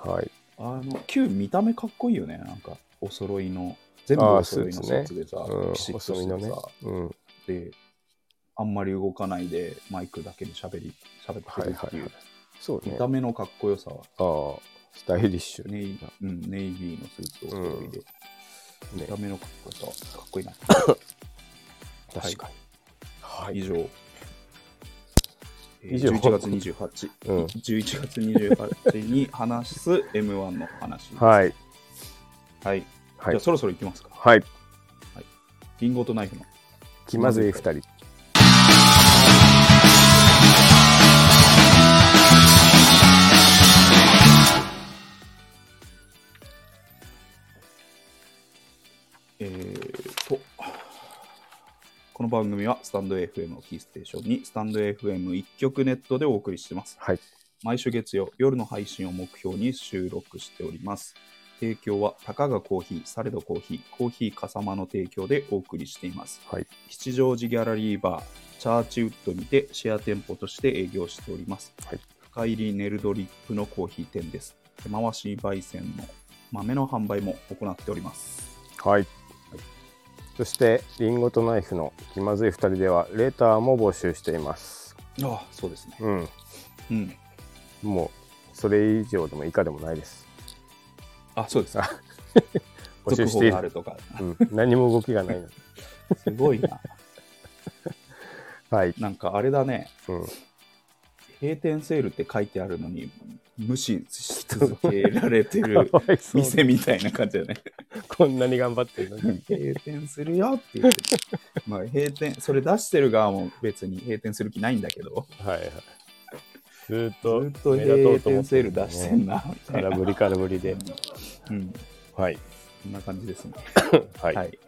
Speaker 1: のね。あの、Q 見た目かっこいいよね。なんか、お揃いの、全部
Speaker 2: あー
Speaker 1: お揃いのスーツでさ、
Speaker 2: うん、
Speaker 1: ピシッとして
Speaker 2: 細身のね
Speaker 1: さ、。
Speaker 2: うん。
Speaker 1: で、あんまり動かないで、マイクだけで喋り、喋ってるって
Speaker 2: はいはいいは
Speaker 1: う
Speaker 2: い、そう
Speaker 1: 見
Speaker 2: ね。
Speaker 1: た
Speaker 2: あ
Speaker 1: 目のかっこよさは、
Speaker 2: あ、スタイリッシュね。
Speaker 1: ネイ,、うん、ネイビーのスーツをお揃いで、見た目のかっこよさはかっこいいな。
Speaker 2: 確かに。は
Speaker 1: 以
Speaker 2: い。
Speaker 1: 上、えー11月28、
Speaker 2: うん
Speaker 1: 11月28に話す M1 の話。。
Speaker 2: はいい。
Speaker 1: はい。
Speaker 2: は
Speaker 1: じゃあ
Speaker 2: い。
Speaker 1: そろそろ行きますか。
Speaker 2: はい。
Speaker 1: リンゴとナイフの。
Speaker 2: 気まずい二人。
Speaker 1: えー、と、この番組はスタンド FM をキーステーションに、スタンド FM 一曲ネットでお送りしてます。
Speaker 2: はい。
Speaker 1: 毎週月曜、夜の配信を目標に収録しております。提供は、たかがコーヒー、されどコーヒー、コーヒーかさまの提供でお送りしています。
Speaker 2: はい。
Speaker 1: 吉祥寺ギャラリーバー、チャーチウッドにてシェア店舗として営業しております。
Speaker 2: はい
Speaker 1: 深入りネルドリップのコーヒー店です。手回し焙煎の豆の販売も行っております。
Speaker 2: はい。そして、リンゴとナイフの気まずい二人では、レーターも募集しています。
Speaker 1: ああ、そうですね。
Speaker 2: うん。
Speaker 1: うん。
Speaker 2: もう、それ以上でも以下でもないです。
Speaker 1: あ、そうです。
Speaker 2: 募集
Speaker 1: 続
Speaker 2: し
Speaker 1: 報
Speaker 2: てい
Speaker 1: があ
Speaker 2: る。
Speaker 1: るとか。
Speaker 2: うん。何も動きがない の。
Speaker 1: すごいな。
Speaker 2: はい。
Speaker 1: なんかあれだね。
Speaker 2: うん。
Speaker 1: 閉店セールって書いてあるのに、無視し続けられてる
Speaker 2: か わいそう
Speaker 1: 店みたいな感じだね。
Speaker 2: こんなに頑張ってるのに。
Speaker 1: 閉店するよって言って。 まあ閉店、それ出してる側も別に閉店する気ないんだけど、
Speaker 2: はいはい。ずーっ
Speaker 1: ず
Speaker 2: と、
Speaker 1: っと閉店セール出してんな、みたい
Speaker 2: 空
Speaker 1: な。
Speaker 2: 振り空振りで。
Speaker 1: うん、
Speaker 2: はい。
Speaker 1: こんな感じですね。
Speaker 2: はい。
Speaker 1: はい。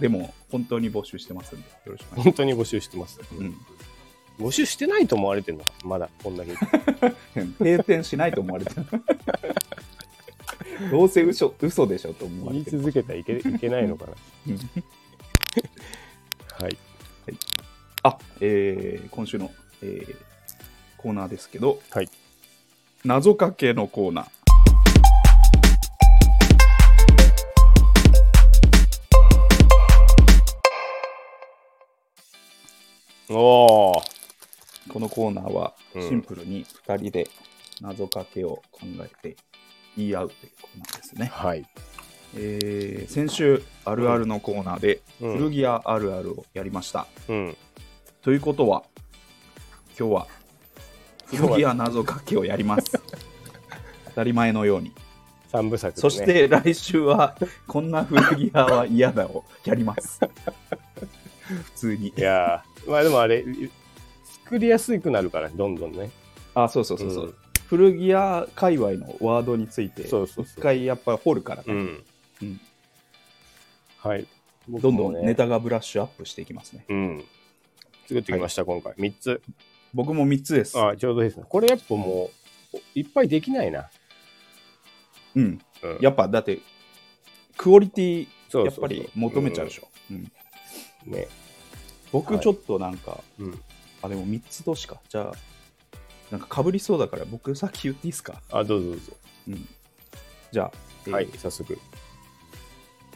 Speaker 1: でも、本当に募集してますんで、よろしくお願いし
Speaker 2: 本当に募集してます。
Speaker 1: ます。
Speaker 2: 募集してないと思われてるのかまだ、こん なに。
Speaker 1: うん、閉店しないと思われてる。 どうせ嘘嘘でしょと思わ
Speaker 2: 言
Speaker 1: れ
Speaker 2: い
Speaker 1: てる。
Speaker 2: 続けたらいけいけないのかな。 はい。
Speaker 1: あ、えー、今週の、えーコーナーですけど、
Speaker 2: はい。
Speaker 1: 謎かけのコーナー。
Speaker 2: おー。
Speaker 1: このコーナーは
Speaker 2: うん
Speaker 1: シンプルに2人で謎かけを考えて言い合うというコーナーですね。
Speaker 2: はい。
Speaker 1: えー先週あるあるのコーナーで
Speaker 2: うん
Speaker 1: 古着屋あるあるをやりました。
Speaker 2: うん。
Speaker 1: ということは今日は古着屋謎かけをやり ます。当たり前のように。
Speaker 2: 三部作、ね。
Speaker 1: そし、て来週はこんな古着屋は嫌だをやります。普通に
Speaker 2: い。やー、まあでもあれ、作りやすくなるから、どんどんね。
Speaker 1: あ、そうそうそうそう。
Speaker 2: うん
Speaker 1: 古着屋界隈のワードについて、
Speaker 2: そうそうそう
Speaker 1: 一回やっぱり掘るからね、
Speaker 2: うん。
Speaker 1: うん
Speaker 2: はい。
Speaker 1: どんどん
Speaker 2: 僕もね
Speaker 1: ネタがブラッシュアップしていきますね。
Speaker 2: うん。作ってきました、今回。3つ。
Speaker 1: 僕も3つです。
Speaker 2: ああ、ちょうどいいですね。これやっぱもう、いっぱいできないな。
Speaker 1: うん。
Speaker 2: うん
Speaker 1: やっぱだって、クオリティ、
Speaker 2: そう
Speaker 1: やっ
Speaker 2: そうそ
Speaker 1: ぱ
Speaker 2: う
Speaker 1: り求めちゃうでしょ。うん
Speaker 2: うんね。は
Speaker 1: 僕
Speaker 2: い
Speaker 1: ちょっとなんか、
Speaker 2: うん。
Speaker 1: あ、でも3つとしか。じゃあ、なんかかぶりそうだから僕先言っていいですか。
Speaker 2: あ、どうぞどうぞ。
Speaker 1: うん。じゃあ、えー
Speaker 2: はい、早速。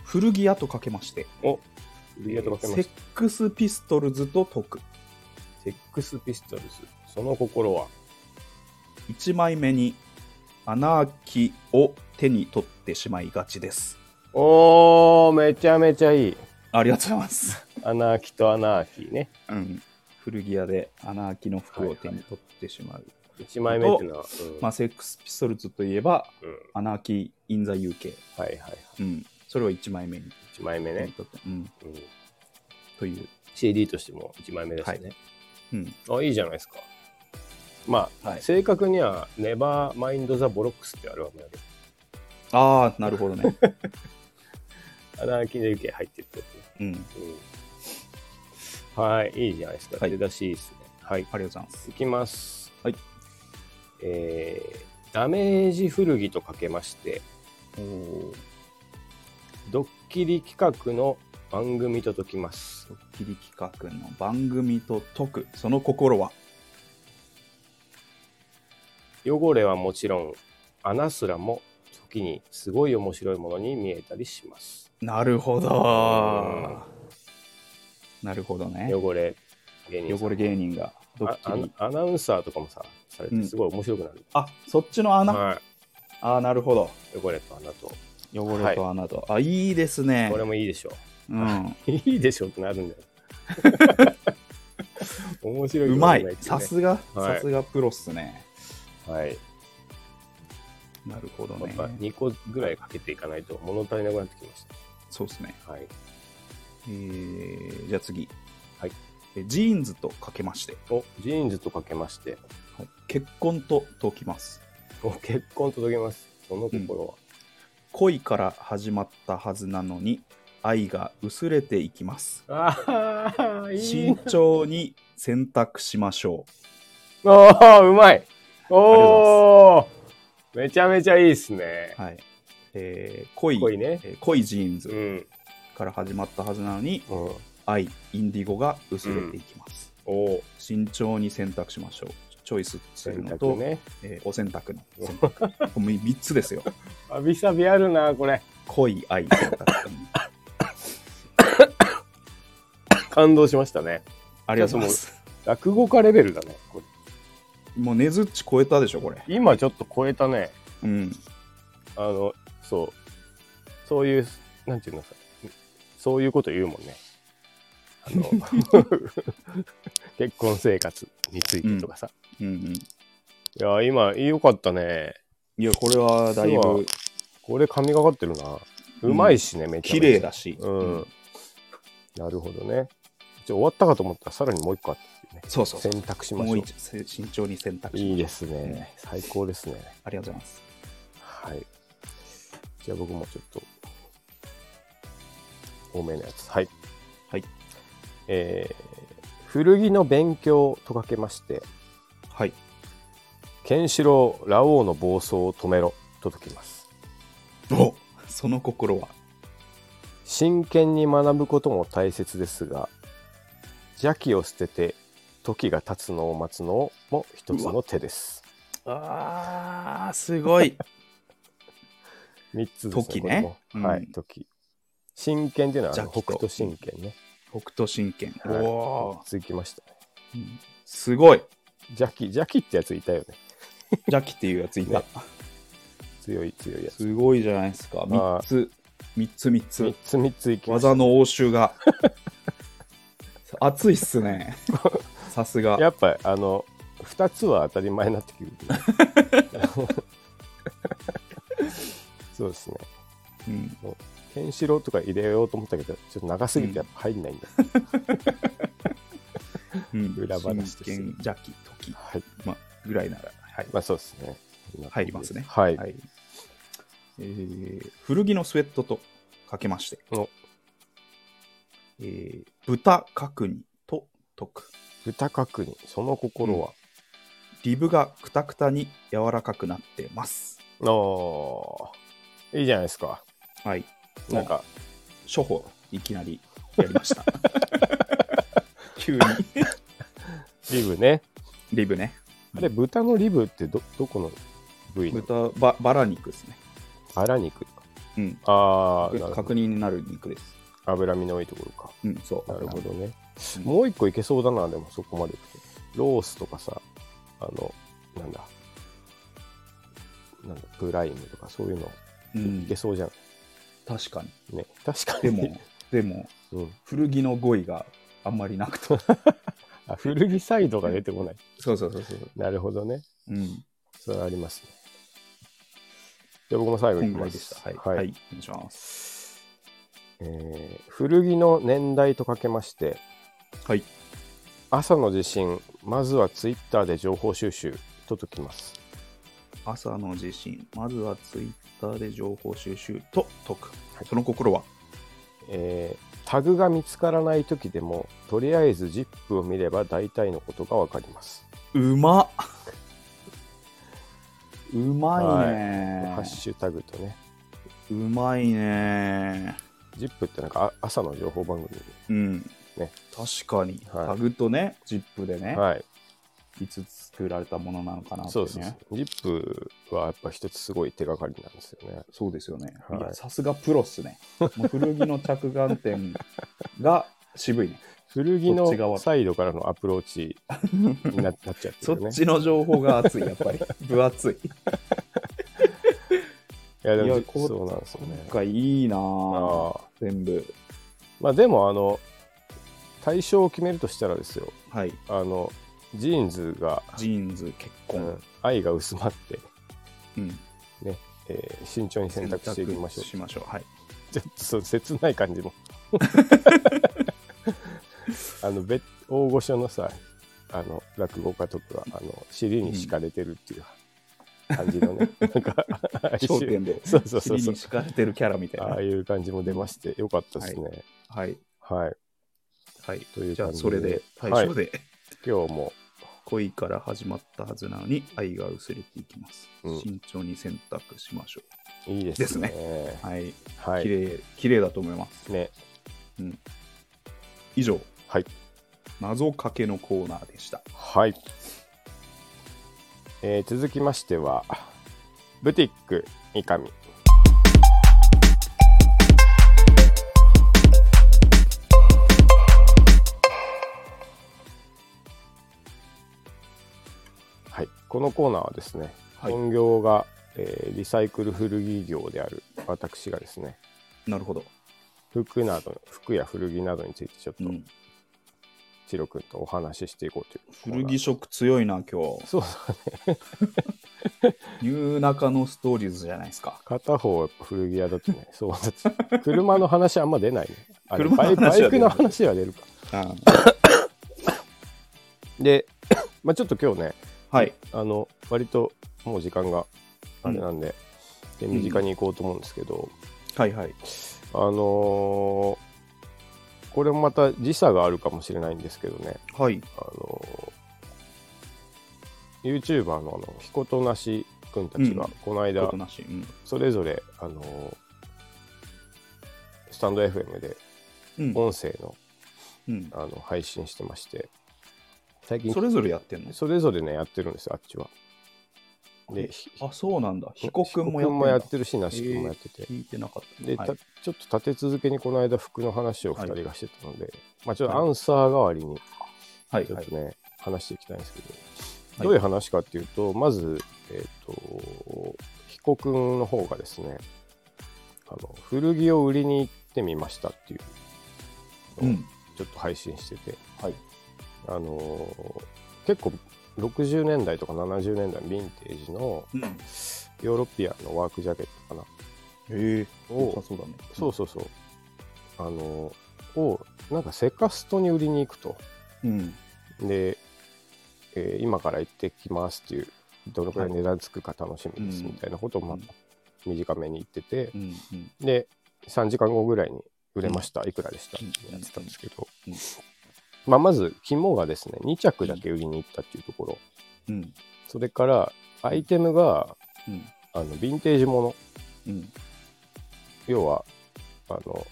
Speaker 1: 古着屋とかけまして、
Speaker 2: おありがとうございま
Speaker 1: セ
Speaker 2: す
Speaker 1: ッ。クスピストルズと解く。
Speaker 2: セックスピストルズ。その心は。
Speaker 1: 1枚目に穴あきを手に取ってしまいがちです。
Speaker 2: おー、めちゃめちゃいい。
Speaker 1: ありがとうござい ます。
Speaker 2: アナーキとアナーキーね。
Speaker 1: うん、古着屋で穴あきの服を手に取ってしまう。
Speaker 2: 1枚目っていうのは。うん
Speaker 1: まあ、セックスピストルズといえば、
Speaker 2: うん
Speaker 1: 穴あき in the UK。
Speaker 2: はいはいはい。
Speaker 1: うん、それを1枚目に
Speaker 2: 1枚目
Speaker 1: 手に
Speaker 2: ね。
Speaker 1: 取って、うん、
Speaker 2: うん、
Speaker 1: という。
Speaker 2: CD としても1枚目ですね。
Speaker 1: うん、
Speaker 2: あ、いいじゃないですか。まあ、
Speaker 1: はい、
Speaker 2: 正確には Never Mind the Bollocks ってアルバムだけど、
Speaker 1: ああ、なるほど ね。
Speaker 2: アナーキーの行方入ってるってやつね
Speaker 1: うん、
Speaker 2: うんはい、いいじゃないですか。
Speaker 1: はい
Speaker 2: 出だしいいですね。は
Speaker 1: あ
Speaker 2: い。
Speaker 1: りがとうございます。
Speaker 2: いきます。
Speaker 1: はい。
Speaker 2: えー、ダメージ古着とかけまして、
Speaker 1: おお、
Speaker 2: ドッキリ企画の番組と解きます。
Speaker 1: ドッキリ企画の番組と解く、その心は。
Speaker 2: 汚れはもちろん、穴すらも時にすごい面白いものに見えたりします。
Speaker 1: なるほど。なるほどね。
Speaker 2: 汚れ芸人さん
Speaker 1: 汚れ芸人がドッキリ。
Speaker 2: ああアナウンサーとかもさ、され
Speaker 1: う
Speaker 2: て
Speaker 1: ん
Speaker 2: すごい面白くなる。
Speaker 1: あそっちの穴。
Speaker 2: は
Speaker 1: ああ、なるほど。
Speaker 2: い。汚れと穴と。
Speaker 1: 汚れと穴と。あ、いいですね
Speaker 2: こ。れもいいでしょ
Speaker 1: うん。
Speaker 2: う。いいでしょうってなるんだよ。面白いと
Speaker 1: う
Speaker 2: ころ
Speaker 1: ま
Speaker 2: じゃ
Speaker 1: い
Speaker 2: なってね。
Speaker 1: さすが
Speaker 2: はい
Speaker 1: さすがプロっすね
Speaker 2: はい。
Speaker 1: なるほど
Speaker 2: やっ
Speaker 1: ね
Speaker 2: ぱ2個ぐらいかけていかないと物足りなくなってきまし
Speaker 1: そうですね
Speaker 2: た。はい。
Speaker 1: えーじゃあ次
Speaker 2: はい
Speaker 1: えジーンズとかけまして、
Speaker 2: お、ジーンズとかけまして、
Speaker 1: はい結婚と解きます
Speaker 2: お結婚届けます。その心は。
Speaker 1: 恋から始まったはずなのに愛が薄れていきます
Speaker 2: ああ、いい
Speaker 1: 慎
Speaker 2: な。
Speaker 1: 重に選択しましょ
Speaker 2: ああ、うまい。
Speaker 1: あ
Speaker 2: おお。めちゃめちゃいいですね
Speaker 1: う、。はいえー恋
Speaker 2: 濃いね。
Speaker 1: えー濃いジーン
Speaker 2: う
Speaker 1: ズ
Speaker 2: ん。
Speaker 1: から始まったはずなのに
Speaker 2: うん。
Speaker 1: 愛インディゴが薄れていきます、
Speaker 2: おお。
Speaker 1: 慎重に選択しましょうチョイスする
Speaker 2: 選
Speaker 1: のと、
Speaker 2: 択ね。
Speaker 1: えーお選択の選 択3つですよ
Speaker 2: わびさびあるな、これ。
Speaker 1: 恋愛選択
Speaker 2: 感動しましたね。
Speaker 1: ありがとうございます
Speaker 2: 落語家レベルだね。これ
Speaker 1: もう根づっち超えたでしょこれ
Speaker 2: 今ちょっと超えたね。
Speaker 1: うん
Speaker 2: あの、そう。そういう、なんていうのさ、そういうこと言うもんね。あ の、結婚生活についてとかさ。
Speaker 1: うんうん
Speaker 2: いや、今、良かったね。
Speaker 1: いやこれはだい
Speaker 2: 実は
Speaker 1: ぶ
Speaker 2: これ、神がかってるな。うまいしね、めっちゃめちゃ。
Speaker 1: 綺麗だし、
Speaker 2: うん。なるほどね。じゃあ終わったかと思ったら、さらにもう一個あったっていうね。
Speaker 1: そうそうそう
Speaker 2: 選択しまし
Speaker 1: も
Speaker 2: ょ
Speaker 1: う
Speaker 2: う
Speaker 1: 一。せ慎重に選択し
Speaker 2: いいです
Speaker 1: うん
Speaker 2: ね。最高ですね。
Speaker 1: ありがとうございます
Speaker 2: はい。じゃあ僕もちょっと、多めのやつ。はい。
Speaker 1: はい。
Speaker 2: えー古着の勉強とかけまして、
Speaker 1: はい
Speaker 2: ケンシロウ、ラオウの暴走を止めろと解きます。
Speaker 1: おその心は
Speaker 2: 真剣に学ぶことも大切ですが、邪気を捨てて、時が経つのを待つのも一つの手です。
Speaker 1: あーすごい
Speaker 2: 三つですね。
Speaker 1: 時ね
Speaker 2: これもは
Speaker 1: う
Speaker 2: い、
Speaker 1: ん
Speaker 2: 時。真剣っていうのはあの
Speaker 1: 邪気
Speaker 2: 北
Speaker 1: と
Speaker 2: 斗神拳ね。
Speaker 1: 北斗神拳、
Speaker 2: はい
Speaker 1: おー
Speaker 2: 続きましたね。
Speaker 1: うんすごい
Speaker 2: 邪気、邪気ってやついたよね。
Speaker 1: ジャキっていうやついた、
Speaker 2: ね強い強いやつ。
Speaker 1: すごいじゃないですか3
Speaker 2: あー
Speaker 1: つ3つ3
Speaker 2: 三
Speaker 1: つ
Speaker 2: つ三ついきます。
Speaker 1: 技の応酬が熱いっす ねさすが
Speaker 2: やっぱあの二つは当たり前になってくる、 そうですね。
Speaker 1: うん
Speaker 2: ケンシロウとか入れようと思ったけど、ちょっと長すぎてやっぱ入ん ないんだ。
Speaker 1: うん
Speaker 2: 裏話と
Speaker 1: 真
Speaker 2: して
Speaker 1: 剣ジャキ時
Speaker 2: はい。
Speaker 1: まぐらいならはい
Speaker 2: まあそうですね。こんな感
Speaker 1: 入
Speaker 2: じ
Speaker 1: りますね
Speaker 2: はい。
Speaker 1: はいえー古着のスウェットとかけまして
Speaker 2: お、
Speaker 1: えー豚角煮と解く
Speaker 2: 豚角煮、その心は。
Speaker 1: リブがくたくたに柔らかくなってます
Speaker 2: ああ、いいじゃないですか。
Speaker 1: はい
Speaker 2: なんか、
Speaker 1: 初歩いきなり やりました急に
Speaker 2: リブね。
Speaker 1: リブね
Speaker 2: あれ、豚のリブってど、どこの部位の
Speaker 1: 豚ババラ肉ですね
Speaker 2: バラ肉か。
Speaker 1: うん
Speaker 2: ああ、なるほど
Speaker 1: 確認になる肉です
Speaker 2: 脂身の多いところか。
Speaker 1: うんそう
Speaker 2: なるほどね。
Speaker 1: うん
Speaker 2: もう一個いけそうだな、でもそこまでいくと。ロースとかさ、あの、なんだ、なんだ、プライムとかそういうの
Speaker 1: う
Speaker 2: い
Speaker 1: ん
Speaker 2: けそうじゃん。
Speaker 1: 確かに
Speaker 2: ね、確かに。
Speaker 1: でもでも
Speaker 2: うん、
Speaker 1: 古着の語彙があんまりなくて
Speaker 2: あ古着サイドが出てこない。
Speaker 1: そうそうそうそう
Speaker 2: なるほどね。
Speaker 1: うん
Speaker 2: それはありますね。じゃあ僕も最後い
Speaker 1: 今
Speaker 2: きま
Speaker 1: 回
Speaker 2: す。
Speaker 1: でしたはい、
Speaker 2: はい
Speaker 1: はい、お願いします
Speaker 2: えー古着の年代とかけまして、
Speaker 1: はい
Speaker 2: 朝の地震、まずはツイッターで情報収集と解きます。
Speaker 1: 朝の地震まずはツイッターで情報収集と解く、その心は
Speaker 2: えータグが見つからない時でもとりあえず ZIP を見れば大体のことがわかります、
Speaker 1: うまっうまいね、
Speaker 2: ハッシュタグとね
Speaker 1: うまいね
Speaker 2: ZIP ってなんかあ朝の情報番組、
Speaker 1: うん、
Speaker 2: ね
Speaker 1: 確かに、
Speaker 2: はい
Speaker 1: タグとねジップでね、
Speaker 2: はい
Speaker 1: い、つ作られたものなのかなって
Speaker 2: そ
Speaker 1: ね
Speaker 2: うですね ZIP はやっぱ一つすごい手がかりなんですよね
Speaker 1: そうですよね
Speaker 2: はい
Speaker 1: いやさすがプロっすねもう古着の着眼点が渋い ね
Speaker 2: 古着
Speaker 1: こっち側
Speaker 2: のサイドからのアプローチにななっちゃって
Speaker 1: そ
Speaker 2: る
Speaker 1: っ
Speaker 2: ね
Speaker 1: ちの情報が熱いやっぱり分厚い
Speaker 2: いやで
Speaker 1: い
Speaker 2: も
Speaker 1: やこう
Speaker 2: そうなんですよね
Speaker 1: 今回いいなぁ
Speaker 2: ああ
Speaker 1: 全部
Speaker 2: まあでもあの対象を決めるとしたらですよ
Speaker 1: はい。
Speaker 2: あのジーンズが、
Speaker 1: ジーンズ、結
Speaker 2: う
Speaker 1: 婚
Speaker 2: ん。愛が薄まって、
Speaker 1: うん。
Speaker 2: ねえー慎重に選択していきましょう
Speaker 1: しましょう。はい。
Speaker 2: ちょっとそう切ない感じもあの別大御所のさあの落語家とかがあの尻に敷かれてるっていう感じのね、なん かああいう
Speaker 1: 焦点 で。
Speaker 2: そうそうそう
Speaker 1: 尻
Speaker 2: そう
Speaker 1: に敷かれてるキャラみたい
Speaker 2: ああ
Speaker 1: な。
Speaker 2: いう感じも出ましてよかったですね
Speaker 1: はい。
Speaker 2: はい、
Speaker 1: はい。
Speaker 2: という
Speaker 1: じゃ
Speaker 2: 感
Speaker 1: あ、
Speaker 2: じで
Speaker 1: それで、対
Speaker 2: はい
Speaker 1: 象で、
Speaker 2: 今日も
Speaker 1: 恋から始まったはずなのに、愛が薄れていきます。
Speaker 2: うん
Speaker 1: 慎重に選択しましょ
Speaker 2: いいですね
Speaker 1: う。はい。
Speaker 2: は
Speaker 1: 綺
Speaker 2: い
Speaker 1: 麗、綺麗だと思います。
Speaker 2: ね
Speaker 1: 以上、
Speaker 2: はい
Speaker 1: 謎かけのコーナーでした。
Speaker 2: はい、えー続きましてはブティック三上はい、このコーナーはですね、
Speaker 1: はい
Speaker 2: 本業が、えーリサイクル古着業である私がですね
Speaker 1: なるほど。
Speaker 2: 服など服や古着などについてちょっと、
Speaker 1: うん
Speaker 2: チロ君とお話ししていこうというコーナー
Speaker 1: 古着色強いな、今日。
Speaker 2: そうそう
Speaker 1: ニューナカのストーリーズじゃないですか。
Speaker 2: 片方やっぱ古着屋だとね、 そうだって車の話あんま出ないね。あれ
Speaker 1: 車の
Speaker 2: バイバ
Speaker 1: 話は出ない
Speaker 2: イクの話は出るか。で、 まあちょっと今日ね、
Speaker 1: はい。
Speaker 2: あの、割ともう時間があれなんで、で身近に行こうと思うんですけど、
Speaker 1: はいはい。
Speaker 2: あのーこれもまた時差があるかもしれないんですけどね、
Speaker 1: はい。
Speaker 2: あのー、YouTuber のあの彦となし君たち
Speaker 1: う
Speaker 2: が
Speaker 1: ん、
Speaker 2: この間、
Speaker 1: ことなし。うん。
Speaker 2: それぞれ、あのースタンド FM で
Speaker 1: うん
Speaker 2: 音声の,、
Speaker 1: うん、
Speaker 2: あの配信してまして最近
Speaker 1: それぞれやってんの
Speaker 2: それぞれねやってるんですよあっちはでひ
Speaker 1: あ、そうなんだ。彦君も
Speaker 2: 彦君もや
Speaker 1: やっ
Speaker 2: っててるしなし君もやってて、
Speaker 1: る。聞いてなかった。
Speaker 2: で、
Speaker 1: はい
Speaker 2: たちょっと立て続けにこの間服の話を2人がしてたので、まあちょっと
Speaker 1: はい
Speaker 2: アンサー代わりに
Speaker 1: はい
Speaker 2: ちょっ
Speaker 1: はい。
Speaker 2: とね、話していきたいんですけど、
Speaker 1: い
Speaker 2: どういう話かっていうとまずえっ、と彦君の方がですねあの古着を売りに行ってみましたっていう
Speaker 1: う
Speaker 2: のを
Speaker 1: ん。
Speaker 2: ちょっと配信してて、
Speaker 1: はい。
Speaker 2: あのー結構60年代とか70年代ヴィンテージの
Speaker 1: うん、へ
Speaker 2: ヨーロピアンのワークジャケットかな
Speaker 1: え。
Speaker 2: を
Speaker 1: 良さそうだね。
Speaker 2: そうそうそうあのーをなんかセカストに売りに行くと
Speaker 1: うん。
Speaker 2: で、えー今から行ってきますっていうどのくらい値段つくか楽しみですみたいなことを、まあ
Speaker 1: うん
Speaker 2: 短めに言ってて
Speaker 1: う、ん。うん。
Speaker 2: で3時間後ぐらいに売れました、いくらでしたっ
Speaker 1: うん
Speaker 2: てやってたんですけど、
Speaker 1: うん
Speaker 2: まあ、まず肝がですね2着だけ売りに行ったっていうところ
Speaker 1: うん。
Speaker 2: それからアイテムが
Speaker 1: うん。
Speaker 2: あのヴィンテージもの
Speaker 1: うん。
Speaker 2: 要はあの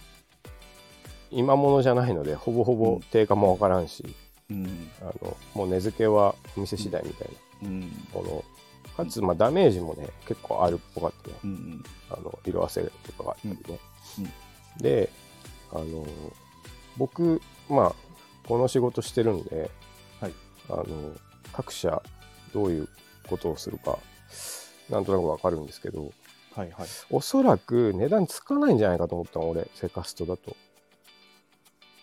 Speaker 2: 今ものじゃないのでほぼほぼ定価もわからんし、
Speaker 1: うん。
Speaker 2: あのもう値付けはお店次第みたい
Speaker 1: うん。
Speaker 2: なもの、かつまあダメージもね結構あるっぽかったね
Speaker 1: うん。
Speaker 2: あの色あせとかがあったりね、
Speaker 1: うんうん
Speaker 2: であの僕まあこの仕事してるんで、
Speaker 1: はい
Speaker 2: あの各社どういうことをするかなんとなくわかるんですけど
Speaker 1: はいはい。
Speaker 2: おそらく値段つかないんじゃないかと思ったの俺セカストだと、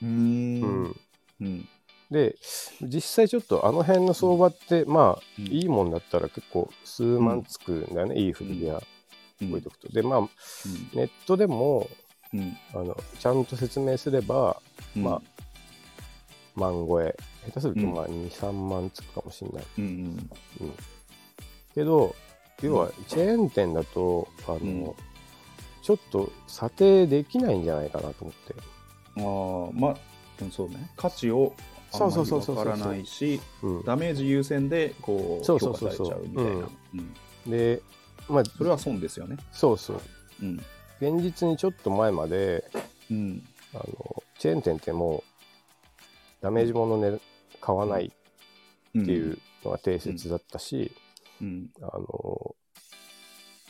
Speaker 1: うー
Speaker 2: うん
Speaker 1: ん。うん。
Speaker 2: で実際ちょっとあの辺の相場って、まあ
Speaker 1: うん
Speaker 2: いいもんだったら結構数万つくんだよね、いい古着屋
Speaker 1: うん
Speaker 2: 置いとくと、でまあ
Speaker 1: うん
Speaker 2: ネットでも
Speaker 1: うん。
Speaker 2: あのちゃんと説明すれば
Speaker 1: うん
Speaker 2: まあ、万超え下手すると
Speaker 1: うん
Speaker 2: まあ23万つくかもしれない
Speaker 1: うんうん。
Speaker 2: けど要はチェーン店だとあの、
Speaker 1: うん
Speaker 2: ちょっと査定できないんじゃないかなと思って
Speaker 1: ああ、まあ、うんそうね。価値をあん
Speaker 2: そう
Speaker 1: ま
Speaker 2: そうそうそ
Speaker 1: り
Speaker 2: う
Speaker 1: わからないし、
Speaker 2: うん、
Speaker 1: ダメージ優先で、こう、
Speaker 2: そ
Speaker 1: 評
Speaker 2: うそう
Speaker 1: 価
Speaker 2: そ
Speaker 1: さ
Speaker 2: う
Speaker 1: れちゃ
Speaker 2: そう
Speaker 1: うみたいな。
Speaker 2: う
Speaker 1: うんん
Speaker 2: でまあ
Speaker 1: それは損ですよね。
Speaker 2: そうそう
Speaker 1: うん。
Speaker 2: 現実にちょっと前まで
Speaker 1: うん。
Speaker 2: あのチェーン店ってもうダメージものね買わない
Speaker 1: っ
Speaker 2: っていう。のが定説だったし、
Speaker 1: うん。
Speaker 2: あの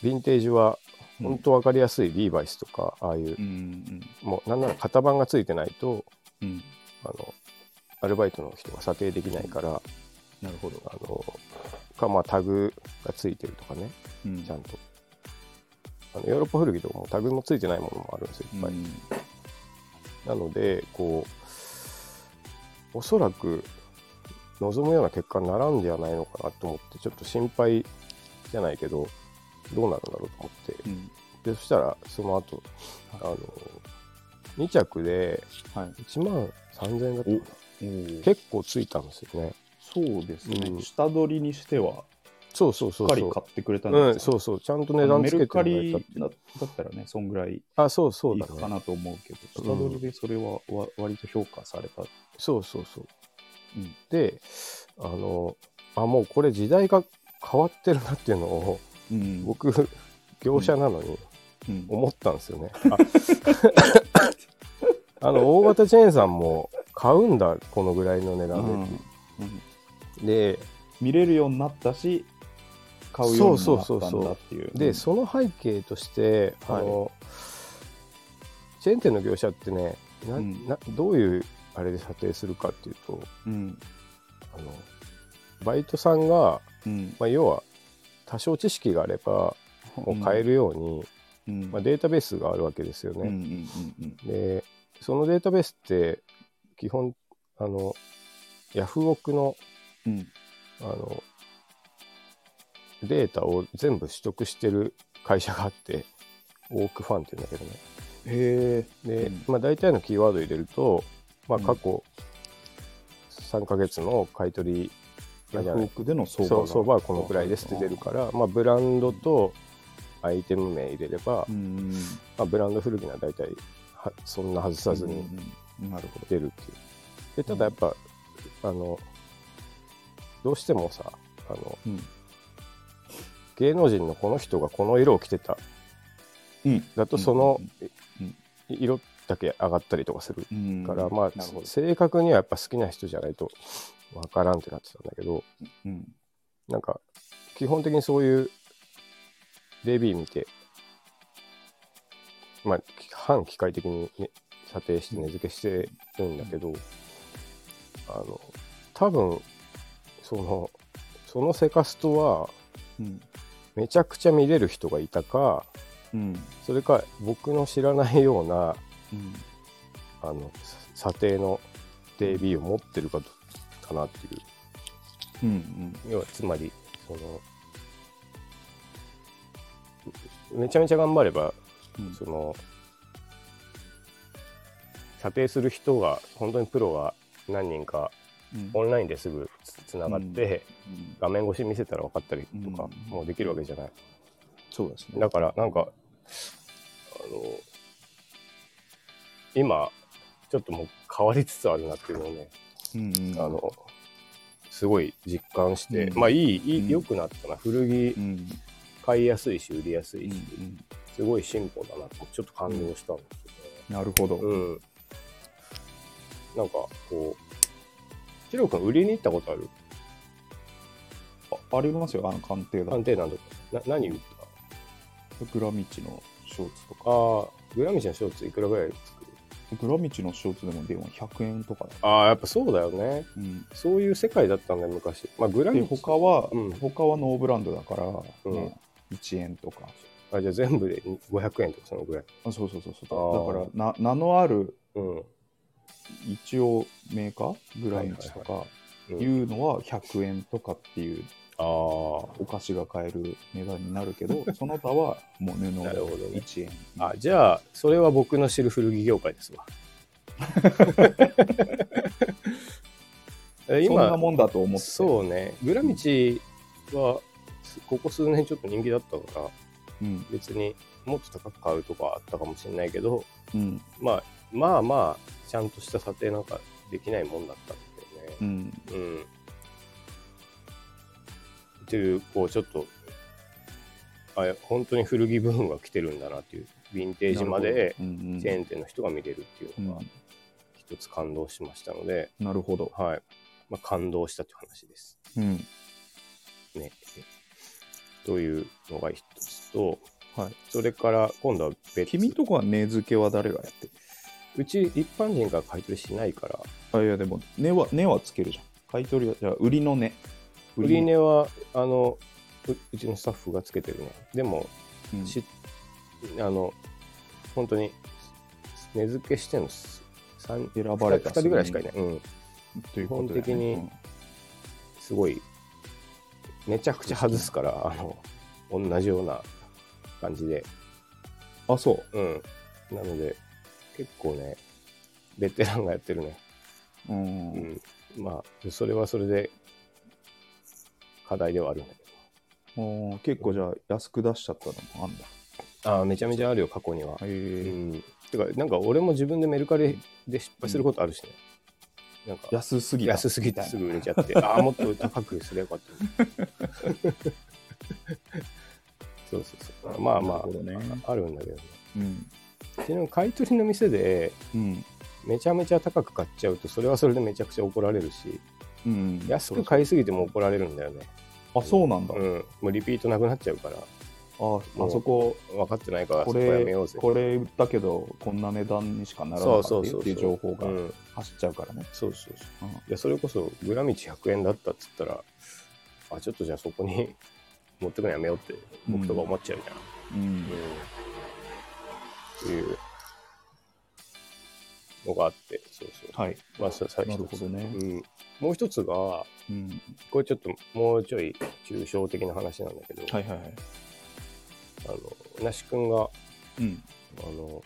Speaker 2: ヴィンテージは本当分かりやすいリーバイスとか、ああい
Speaker 1: う
Speaker 2: う
Speaker 1: ん。うん。
Speaker 2: もうなんなら型番がついてないと
Speaker 1: うん。
Speaker 2: あのアルバイトの人が査定できないから、
Speaker 1: なるほど。
Speaker 2: あのかまあタグがついてるとかね
Speaker 1: うん
Speaker 2: ちゃんとあのヨーロッパ古着とかもタグもついてないものもあるんですよいっぱい、
Speaker 1: うん
Speaker 2: なのでこおそらく望むような結果にならんではないのかなと思ってちょっと心配じゃないけどどうなるんだろうと思って
Speaker 1: うん
Speaker 2: でそしたらその後あの2着で
Speaker 1: はい
Speaker 2: 1万3000円だったかな
Speaker 1: うん
Speaker 2: 結構ついたんですよね
Speaker 1: そうですね、
Speaker 2: うん
Speaker 1: 下取りにしては
Speaker 2: そうそう
Speaker 1: し
Speaker 2: そ
Speaker 1: っ
Speaker 2: うそ
Speaker 1: か
Speaker 2: う
Speaker 1: り買ってくれたん
Speaker 2: う
Speaker 1: で
Speaker 2: ん、
Speaker 1: すよ
Speaker 2: そうそう、ちゃんと
Speaker 1: あ
Speaker 2: 値
Speaker 1: の
Speaker 2: 段
Speaker 1: メ
Speaker 2: つ
Speaker 1: ル
Speaker 2: け
Speaker 1: カ
Speaker 2: てもらえ
Speaker 1: リ
Speaker 2: た
Speaker 1: だ
Speaker 2: っていう。
Speaker 1: だったらね、そんぐらい
Speaker 2: あ、そうそ
Speaker 1: いうい
Speaker 2: だ
Speaker 1: か
Speaker 2: ね。
Speaker 1: なと思うけど、下
Speaker 2: うん
Speaker 1: 取りでそれはわ割と評価された。
Speaker 2: そうそうそう。
Speaker 1: うん
Speaker 2: で、あの、あ、もうこれ時代が変わってるなっていうのを、
Speaker 1: うん
Speaker 2: 僕、業者なのに
Speaker 1: うん
Speaker 2: 思ったんですよね。 ああの、大型チェーンさんも買うんだ、このぐらいの
Speaker 1: う
Speaker 2: 値
Speaker 1: ん
Speaker 2: 段
Speaker 1: うん
Speaker 2: で。
Speaker 1: 見れるようになったし、買うようにもなったんだっていう。
Speaker 2: で、で、その背景として、あの、チェーン店の業者ってね、な
Speaker 1: うん
Speaker 2: などういうあれで査定するかっていうと、
Speaker 1: うん、
Speaker 2: あのバイトさんが、
Speaker 1: うん、
Speaker 2: まあ、要は多少知識があればもう買えるように、
Speaker 1: うん、
Speaker 2: まあ、データベースがあるわけですよ
Speaker 1: うん、うん、
Speaker 2: ね。
Speaker 1: うん
Speaker 2: でそのデータベースって基本あのヤフオクの
Speaker 1: うん、うん、
Speaker 2: あのデータを全部取得してる会社があってオークファンっていうんだけどね。
Speaker 1: へえ、
Speaker 2: で、
Speaker 1: うん
Speaker 2: まあ、大体のキーワード入れると、まあ、
Speaker 1: うん
Speaker 2: 過去3ヶ月の買い取りあじゃあ
Speaker 1: 100億での相場
Speaker 2: そ
Speaker 1: が
Speaker 2: う相場はこのくらいですって出るから、まあ、ブランドとアイテム名入れれば、
Speaker 1: うん、
Speaker 2: まあ、ブランド古着なら大体はそんな外さず
Speaker 1: う
Speaker 2: に
Speaker 1: んうんなるほど。
Speaker 2: 出るっていう。でただやっぱ、あのどうしてもさあの
Speaker 1: うん、
Speaker 2: 芸能人のこの人がこの色を着てた
Speaker 1: うん、
Speaker 2: だとその
Speaker 1: うん
Speaker 2: 色だけ上がったりとかする
Speaker 1: うん
Speaker 2: から、まあ
Speaker 1: なるほど。
Speaker 2: 正確にはやっぱ好きな人じゃないとわからんってなってたんだけど
Speaker 1: うん、
Speaker 2: なんか基本的にそういうレビュー見て、まあ、き反機械的に、ね、査定して値付けしてるんだけど、あの多分そのそのセカストは
Speaker 1: うん、
Speaker 2: めちゃくちゃ見れる人がいたか
Speaker 1: うん、
Speaker 2: それか僕の知らないような
Speaker 1: うん。
Speaker 2: あの査定の DB を持ってるかどかなってい
Speaker 1: う
Speaker 2: う
Speaker 1: んうん
Speaker 2: 要はつまりそのめちゃめちゃ頑張れば
Speaker 1: うん
Speaker 2: その査定する人が本当にプロが何人か
Speaker 1: うん
Speaker 2: オンラインですぐつつながって、
Speaker 1: うん
Speaker 2: 画面越し見せたら分かったりとか
Speaker 1: うん
Speaker 2: もうできるわけじゃない、
Speaker 1: そうですね。
Speaker 2: だからなんかあの今ちょっともう変わりつつあるなっていうのをね
Speaker 1: うんうん
Speaker 2: あのすごい実感して、
Speaker 1: うん
Speaker 2: まあいいい
Speaker 1: うん
Speaker 2: い良くなったな、古着
Speaker 1: うん
Speaker 2: 買いやすいし売りやすい
Speaker 1: う
Speaker 2: し、
Speaker 1: ん
Speaker 2: すごい進歩だなってちょっと感動したんで
Speaker 1: なるほど
Speaker 2: すよ。ねうん、なんかこうチロ君売りに行ったことある
Speaker 1: あありますよ、あの鑑定だ
Speaker 2: 鑑。定なんとかな何売っ
Speaker 1: グラミチのショーツと
Speaker 2: た
Speaker 1: か。
Speaker 2: ああグラミちゃんショーツいくらぐらい作る
Speaker 1: グラミチのショーツでもでも100円とかだ。
Speaker 2: ああやっぱそうだよね
Speaker 1: うん、
Speaker 2: そういう世界だったんだよ昔まあグラ
Speaker 1: で、
Speaker 2: ミチ
Speaker 1: 他は、
Speaker 2: うん
Speaker 1: 他はノーブランドだから、
Speaker 2: うん
Speaker 1: ね、1円とか。
Speaker 2: あじゃあ全部で500円とかそのぐらい
Speaker 1: あそうそうそうそ
Speaker 2: あ
Speaker 1: う。
Speaker 2: ー
Speaker 1: だからな、名のある
Speaker 2: うん、
Speaker 1: 一応メーカー、グラミチとか
Speaker 2: うん
Speaker 1: いうのは100円とかっていう
Speaker 2: ああ
Speaker 1: お菓子が買える値段になるけど、 その他はもう布
Speaker 2: なるほどね
Speaker 1: 1円。
Speaker 2: あじゃあそれは僕の知る古着業界ですわ え
Speaker 1: そんなもんだと思って。
Speaker 2: そうねグラミチはすここ数年ちょっと人気だったから
Speaker 1: うん。
Speaker 2: 別にもっと高く買うとかあったかもしれないけど
Speaker 1: うん。
Speaker 2: まあまあまあちゃんとした査定なんかできないもんだったんだよね
Speaker 1: うん。
Speaker 2: うんっていうこうちょっとあ本当に古着ブームが来てるんだなっていうヴィンテージまで
Speaker 1: なるほど、うんうん
Speaker 2: チェーン店の人が見れるっていうのが
Speaker 1: うん
Speaker 2: 一つ感動しましたので、
Speaker 1: なるほど。
Speaker 2: はいまあ、感動したという話です。
Speaker 1: うん。
Speaker 2: ね、というのが一つと、
Speaker 1: はい
Speaker 2: それから今度は別
Speaker 1: 君とこは根付けは誰がやってる
Speaker 2: うち一般人が買い取りしないから
Speaker 1: あ、いや、でも、根は、根はつけるじゃん。買い取りは、じゃあ、売りの根。
Speaker 2: 売り値はあのううちのスタッフがつけてるねでも、
Speaker 1: うん
Speaker 2: しあの本当に値付けしてんのす三
Speaker 1: 選ばれた
Speaker 2: 2人ぐらいしかいない、うん、
Speaker 1: ということで、
Speaker 2: 基本的に
Speaker 1: うん
Speaker 2: すごい、めちゃくちゃ外すから、あの、同じような感じで、
Speaker 1: あ、そう。
Speaker 2: うん。なので、結構ね、ベテランがやってるね。
Speaker 1: うん
Speaker 2: うん。まあ、それはそれで、課題ではあるんだけ
Speaker 1: おー結構じゃあ安く出しちゃったのもあんだ。
Speaker 2: ど。ああ、めちゃめちゃあるよ、過去には。う
Speaker 1: へえ
Speaker 2: ん。てか、なんか俺も自分でメルカリで失敗することあるしね。なんか、
Speaker 1: 安すぎた。
Speaker 2: 安すぎてす
Speaker 1: み
Speaker 2: ぐ売れち ゃって、ああ、もっと高くすればよかった。そうそうそう。まあま
Speaker 1: なるほどね
Speaker 2: あ、あるんだけどね。
Speaker 1: たいな。うん。
Speaker 2: ちなみに買い取りの店で、
Speaker 1: うん。
Speaker 2: めちゃめちゃ高く買っちゃうと、それはそれでめちゃくちゃ怒られるし、
Speaker 1: うん、
Speaker 2: 安く買いすぎても怒られるんだよね。
Speaker 1: あ、そうなんだ。
Speaker 2: う
Speaker 1: あ、
Speaker 2: ん。もうリピートなくなっちゃうから、
Speaker 1: あそこ、
Speaker 2: 分かってないから、そ
Speaker 1: こ
Speaker 2: こやめ
Speaker 1: れ
Speaker 2: ようぜ。
Speaker 1: これ売ったけど、こんな値段にしかならな
Speaker 2: そ
Speaker 1: か
Speaker 2: う
Speaker 1: った
Speaker 2: そ
Speaker 1: っ
Speaker 2: う
Speaker 1: てい
Speaker 2: そうう。
Speaker 1: っていう情報が
Speaker 2: うん
Speaker 1: 走っちゃうからね。
Speaker 2: そうそうそう。
Speaker 1: うん
Speaker 2: いや、それこそ、グラ道100円だったっつったら、あ、ちょっとじゃあそこに 持ってくのやめようって、僕とか思っちゃうじゃん。
Speaker 1: うん
Speaker 2: っていうのがあって、そうそう。
Speaker 1: はい。
Speaker 2: まあ、さ最
Speaker 1: なる
Speaker 2: 初
Speaker 1: ほどね。
Speaker 2: うん、もう一つが、こ
Speaker 1: うん。
Speaker 2: れちょっともうちょい抽象的な話なんだけど、
Speaker 1: はいはいはい。
Speaker 2: あの、那須君が、
Speaker 1: うん。
Speaker 2: あの、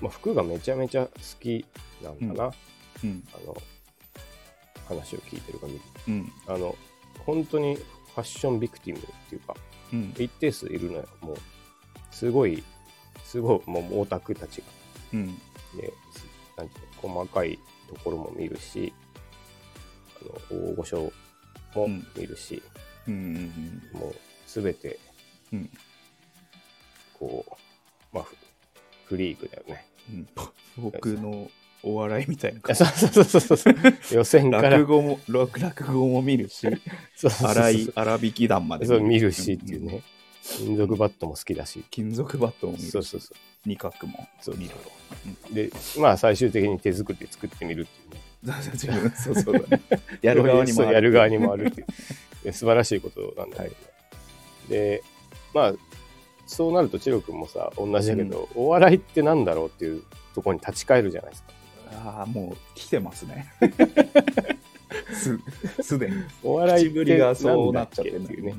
Speaker 2: まあ、服がめちゃめちゃ好きなんだな、あ
Speaker 1: うん。
Speaker 2: の、話を聞いてる限り。
Speaker 1: うん。
Speaker 2: あの、本当にファッションビクティムっていうか、
Speaker 1: うん。
Speaker 2: 一定数いるのよ、もう。すごい、すごい、もうオタクたちが。
Speaker 1: うん。
Speaker 2: で、すなんていうの細かいところも見るし、あの大御所も見るし、
Speaker 1: うん。うん。
Speaker 2: もうすべて、
Speaker 1: うん
Speaker 2: こう、まあ、フフリークだよね。
Speaker 1: うん。僕のお笑いみたいな感じ。
Speaker 2: そうそうそうそうそう。予選から
Speaker 1: 落、語も、落落語も見るし、
Speaker 2: そうそうそう
Speaker 1: 荒い、荒引き団まで
Speaker 2: そう見るしっていうね。。金属バットも好きだし。
Speaker 1: 金属バットを見る
Speaker 2: そうそうそ
Speaker 1: 二角も
Speaker 2: そう
Speaker 1: 見る
Speaker 2: う。で、まあ最終的に手作りで作ってみるっていうね。
Speaker 1: 自分そうそうだねやる側にも
Speaker 2: そうやる側にもあるっていう いや素晴らしいことなんだけどね、でまあそうなるとチロ君もさ同じだけど、お笑いってなんだろうっていうところに立ち返るじゃないですか
Speaker 1: ああもう来てますねすすでに
Speaker 2: お笑いっ
Speaker 1: 口ぶ
Speaker 2: て
Speaker 1: り
Speaker 2: な
Speaker 1: が
Speaker 2: ん
Speaker 1: そう
Speaker 2: だ
Speaker 1: な
Speaker 2: っ
Speaker 1: っちゃっ
Speaker 2: け
Speaker 1: て
Speaker 2: っ
Speaker 1: る
Speaker 2: ていうね
Speaker 1: ね、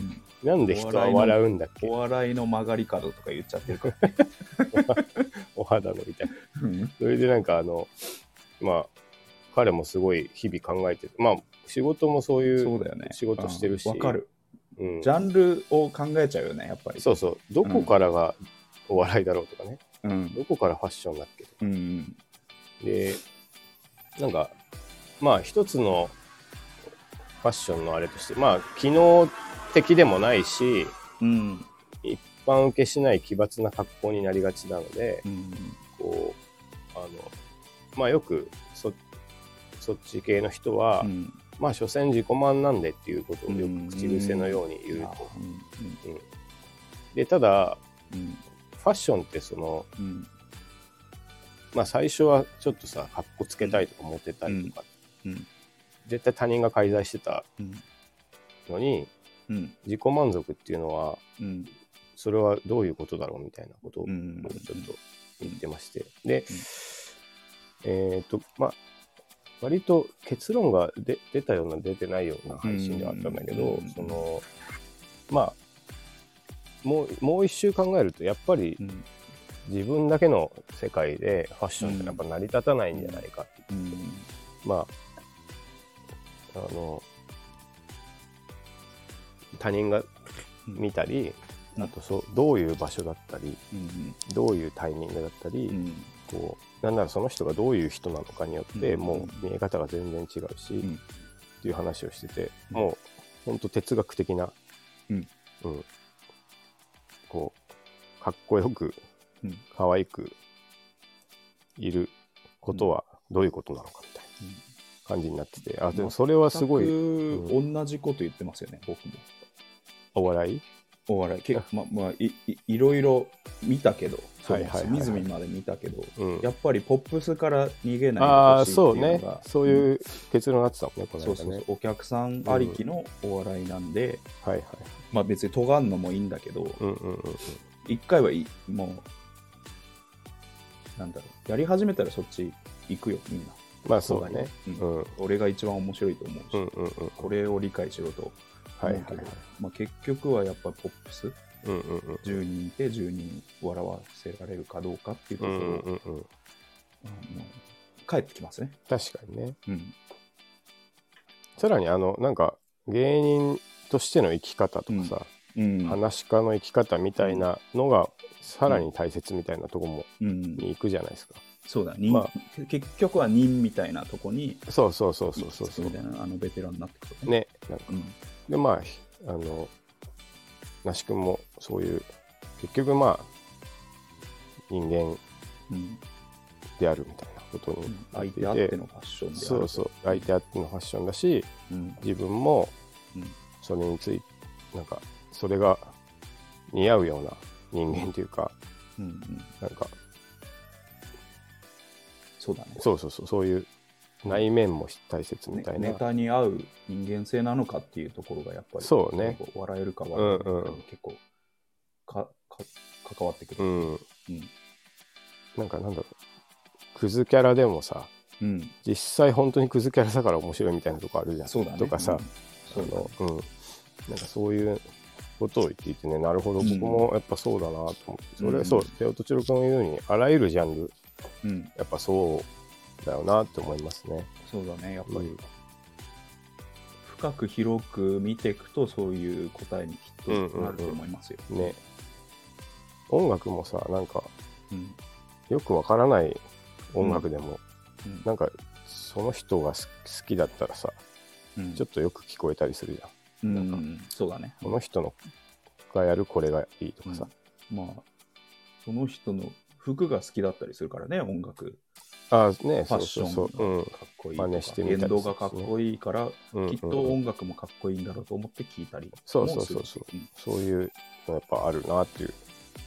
Speaker 1: うん
Speaker 2: なんで人は笑うんだっけ
Speaker 1: お笑いの曲がり角とか言っちゃってるからね、
Speaker 2: お肌のみたいな
Speaker 1: うん
Speaker 2: それでなんかあのまあ彼もすごい日々考えてるまあ仕事もそうい
Speaker 1: そううだよね
Speaker 2: 仕事してるし
Speaker 1: うんわかる
Speaker 2: うん
Speaker 1: ジャンルを考えちゃうよねやっぱり
Speaker 2: そうそうどこからがお笑いだろうとかね、
Speaker 1: うん
Speaker 2: どこからファッションだっけとか
Speaker 1: うん
Speaker 2: でなんかまあ一つのファッションのあれとしてまあ機能的でもないし
Speaker 1: うん
Speaker 2: 一般受けしない奇抜な格好になりがちなので
Speaker 1: うん
Speaker 2: こうあのまあよくそそっち系の人は、
Speaker 1: うん
Speaker 2: まあ所詮自己満なんでっていうことをよく口癖のように言うと。
Speaker 1: うん
Speaker 2: でただ
Speaker 1: うん
Speaker 2: ファッションってその
Speaker 1: うん
Speaker 2: まあ最初はちょっとさ格好つけたいとかモテたいとか、
Speaker 1: うん
Speaker 2: 絶対他人が介在してた
Speaker 1: うん
Speaker 2: のに
Speaker 1: うん
Speaker 2: 自己満足っていうのは
Speaker 1: うん
Speaker 2: それはどういうことだろうみたいなことを
Speaker 1: う
Speaker 2: ち
Speaker 1: ん
Speaker 2: ょっと言ってまして、で、えっ、とまあ割と結論がで出たような出てないような配信ではあったんだけど、
Speaker 1: うん
Speaker 2: そのまあもうもう一周考えるとやっぱり
Speaker 1: うん
Speaker 2: 自分だけの世界でファッションってやっぱ成り立たないんじゃないかっ
Speaker 1: う
Speaker 2: て、
Speaker 1: ん
Speaker 2: まああの他人が見たり、
Speaker 1: うん
Speaker 2: あとそうどういう場所だったり
Speaker 1: うん
Speaker 2: どういうタイミングだったり、
Speaker 1: うん
Speaker 2: こうなんならその人がどういう人なのかによって、
Speaker 1: うん
Speaker 2: もう見え方が全然違うし、
Speaker 1: ん
Speaker 2: っていう話をしてて、
Speaker 1: うん
Speaker 2: もう本当哲学的な、
Speaker 1: うん
Speaker 2: うんこうかっこよく
Speaker 1: うん
Speaker 2: 可愛くいることはどういうことなのかみたいな
Speaker 1: うん
Speaker 2: 感じになってて、あでもそれはすごい
Speaker 1: 全く同じこと言ってますよね、僕も。
Speaker 2: お笑い
Speaker 1: お笑い、けままあいい、いろいろ見たけど、そうです
Speaker 2: はいはいはいはい
Speaker 1: 隅々まで見たけど、
Speaker 2: うん
Speaker 1: やっぱりポップスから逃げない
Speaker 2: ああ
Speaker 1: で
Speaker 2: そ
Speaker 1: ほ
Speaker 2: う
Speaker 1: しいってい
Speaker 2: ね
Speaker 1: のが
Speaker 2: そ
Speaker 1: う
Speaker 2: う
Speaker 1: ん
Speaker 2: いう結論があってたもんねこの間
Speaker 1: そうそ
Speaker 2: ね
Speaker 1: うそうお客さんありきのお笑いなんで、
Speaker 2: はいはい
Speaker 1: まあ別に尖んのもいいんだけど、
Speaker 2: うんうんうん
Speaker 1: 一回はいもう、なんだろう、やり始めたらそっち行くよ、みんな。
Speaker 2: まあそうだね。
Speaker 1: う
Speaker 2: うんん。うん
Speaker 1: 俺が一番面白いと思うし、
Speaker 2: うんうん。
Speaker 1: これを理解しろと
Speaker 2: は
Speaker 1: 思
Speaker 2: いうはい
Speaker 1: けど、
Speaker 2: はい。
Speaker 1: まあ、結局はやっぱポップス
Speaker 2: うんうんうん。
Speaker 1: 10人いて10人笑わせられるかどうかっていうと
Speaker 2: う
Speaker 1: ころ、
Speaker 2: んうんうんうん。
Speaker 1: うん帰ってきますね。
Speaker 2: 確かにね。
Speaker 1: うん、
Speaker 2: さらにあの、なんか芸人としての生き方とかさ、
Speaker 1: うん
Speaker 2: 話し家の生き方みたいなのがさらに大切みたいなとこも
Speaker 1: うん、
Speaker 2: に行くじゃないですか。
Speaker 1: そうだ、人
Speaker 2: まあ
Speaker 1: け結局は人みたいなとこに
Speaker 2: そうそうそうそ
Speaker 1: 行
Speaker 2: う
Speaker 1: き
Speaker 2: そう
Speaker 1: 着
Speaker 2: そ
Speaker 1: くみた
Speaker 2: う。
Speaker 1: いな、あのベテランになってくるね。
Speaker 2: ね。なんか
Speaker 1: うん
Speaker 2: でまあひあの那須君もそういう結局まあ人間
Speaker 1: うん
Speaker 2: であるみたいなこと
Speaker 1: う
Speaker 2: に
Speaker 1: ん
Speaker 2: なっ
Speaker 1: 相
Speaker 2: て
Speaker 1: 手あって
Speaker 2: いて
Speaker 1: のファッションである
Speaker 2: そうそう相手あってのファッションだし
Speaker 1: うん
Speaker 2: 自分も
Speaker 1: うん
Speaker 2: それについなんかそれが似合うような人間というか
Speaker 1: うんうん、
Speaker 2: なんか
Speaker 1: そうだね
Speaker 2: そうそうそうそういう内面も大切みたい
Speaker 1: ね
Speaker 2: な、
Speaker 1: ネタに合う人間性なのかっていうところがやっぱり
Speaker 2: そうね
Speaker 1: 最後笑えるか笑えないか
Speaker 2: うんうん
Speaker 1: に結構かか関わってく
Speaker 2: う
Speaker 1: る。
Speaker 2: ん
Speaker 1: うん
Speaker 2: なんかなんだろうクズキャラでもさ
Speaker 1: うん
Speaker 2: 実際本当にクズキャラだから面白いみたいなとこあるじゃん
Speaker 1: そうだね。
Speaker 2: とかさ、
Speaker 1: うんそうだね
Speaker 2: あのうん、なんかそういうことを言っていてねなるほど僕もやっぱそうだなと思って、それ
Speaker 1: うん
Speaker 2: はそう手音千代君が言うようにあらゆるジャンル
Speaker 1: うん、
Speaker 2: やっぱそうだよなって思いますね。
Speaker 1: そうだね。やっぱ
Speaker 2: う
Speaker 1: り
Speaker 2: ん
Speaker 1: 深く広く見ていくとそういう答えにきっとなると思いますよ。
Speaker 2: ね音楽もさなんか
Speaker 1: うん
Speaker 2: よくわからない音楽でも、
Speaker 1: うん
Speaker 2: なんかその人が好好きだったらさ
Speaker 1: うん
Speaker 2: ちょっとよく聞こえたりするじゃん。
Speaker 1: うん
Speaker 2: なんか
Speaker 1: うんそうだね。
Speaker 2: この人のがやるこれがいいとかさ、
Speaker 1: まあその人の服が好きだったりするからね音楽
Speaker 2: ああ
Speaker 1: フ
Speaker 2: ね
Speaker 1: ァ
Speaker 2: そ
Speaker 1: ッ
Speaker 2: う
Speaker 1: ショ
Speaker 2: そう
Speaker 1: ン
Speaker 2: そう、うん
Speaker 1: かっこいい
Speaker 2: 真似
Speaker 1: と
Speaker 2: し
Speaker 1: か
Speaker 2: てみたり
Speaker 1: 言動がかっこいいから
Speaker 2: うんうん、
Speaker 1: きっと音楽もかっこいいんだろうと思って聞いたり
Speaker 2: そう
Speaker 1: も
Speaker 2: そう
Speaker 1: する
Speaker 2: そうそう
Speaker 1: うん
Speaker 2: そういうのやっぱあるなっていう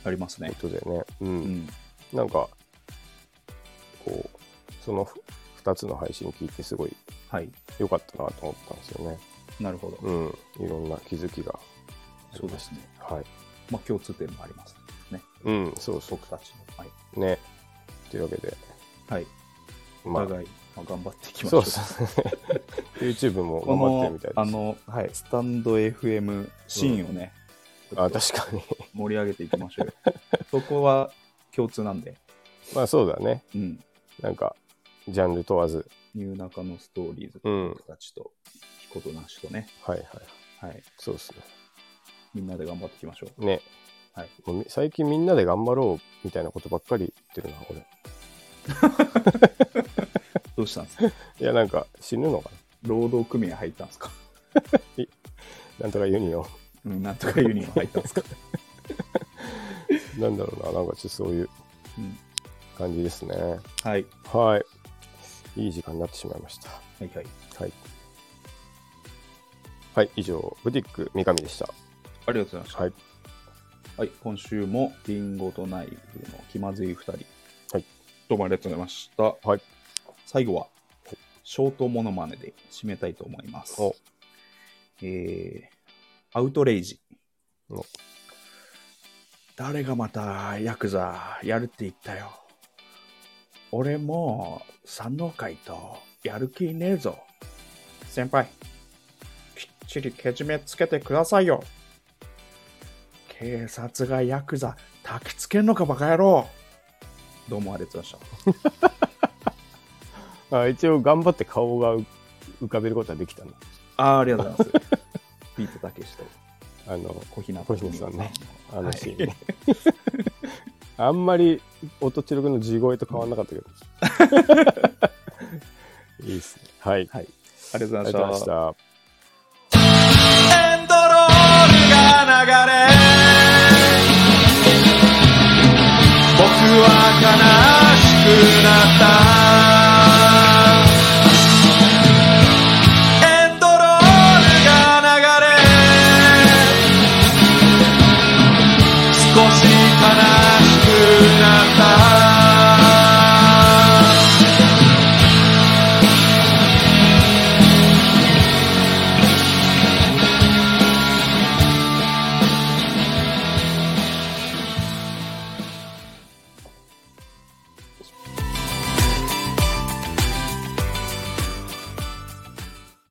Speaker 1: ありますね
Speaker 2: こ、とでね、う、
Speaker 1: うんん、
Speaker 2: なんかこうその2つの配信聞いてすごい
Speaker 1: はい
Speaker 2: 良かったなと思ったんですよね、
Speaker 1: なるほど、
Speaker 2: うん、いろんな気づきが
Speaker 1: そうですね
Speaker 2: はい
Speaker 1: まあ共通点もありますね
Speaker 2: うんそうそ
Speaker 1: 僕たちのはいう
Speaker 2: ねというわけで
Speaker 1: はいお
Speaker 2: まあ
Speaker 1: 互い、まあ、頑張っていきまし
Speaker 2: そ
Speaker 1: ょ
Speaker 2: う
Speaker 1: う
Speaker 2: そう YouTube も
Speaker 1: こ
Speaker 2: 頑張ってるみたいです
Speaker 1: のあの、はい、スタンド FM シーンをね、ちょ
Speaker 2: あ
Speaker 1: っと
Speaker 2: 確かに
Speaker 1: 盛り上げていきましょうよそこは共通なんで
Speaker 2: まあそうだね
Speaker 1: うん
Speaker 2: なんかジャンル問わず
Speaker 1: ニューナカのストーリーズ、
Speaker 2: うん
Speaker 1: 僕たちと、ひことなしとね、
Speaker 2: はいはい
Speaker 1: はい、
Speaker 2: そうです
Speaker 1: みんなで頑張っていきましょう。
Speaker 2: ねね
Speaker 1: はい、
Speaker 2: もうみ最近みんなで頑張ろうみたいなことばっかり言ってるな俺
Speaker 1: どうしたんです か
Speaker 2: いやなんか死ぬのか
Speaker 1: 労働組合入ったんですか
Speaker 2: ななんとかユニオン
Speaker 1: うん、なんとかユニオン入ったんですか、
Speaker 2: なんだろうな、なんかちょっとそういう
Speaker 1: うん、
Speaker 2: 感じですね。
Speaker 1: はい、
Speaker 2: はい。いい時間になってしまいました。
Speaker 1: はい、はい。
Speaker 2: はい。はい、以上、ブティック三上でした。
Speaker 1: ありがとうございました。は、
Speaker 2: はいい。
Speaker 1: 今週もリンゴとナイフの気まずい2人。
Speaker 2: はい。
Speaker 1: どうもありがとうございました。
Speaker 2: はい。
Speaker 1: 最後は、ショートモノマネで締めたいと思います。
Speaker 2: お
Speaker 1: えー、アウトレイジ
Speaker 2: お。
Speaker 1: 誰がまたヤクザやるって言ったよ。俺も三能会とやる気ねえぞ。先輩、きっちりけじめつけてくださいよ。警察がヤクザ焚きつけんのかバカ野郎。どうもありがとうございまし
Speaker 2: あ一応、頑張って顔がう浮かべることはできたの。
Speaker 1: た。あーありがとうございます。 ビートたけしと
Speaker 2: あの、
Speaker 1: 小日向
Speaker 2: 小日向さんね
Speaker 1: 文世
Speaker 2: あのシ
Speaker 1: さん
Speaker 2: ーン
Speaker 1: の
Speaker 2: ね。あんまり、音千代君の地声と変わんなかったけど。 いいっすね。はい。
Speaker 1: はい。はいありがとう
Speaker 2: あ
Speaker 1: ご
Speaker 2: り
Speaker 1: ざ
Speaker 2: が
Speaker 1: いま
Speaker 2: とうござい
Speaker 1: し。
Speaker 2: ましたた。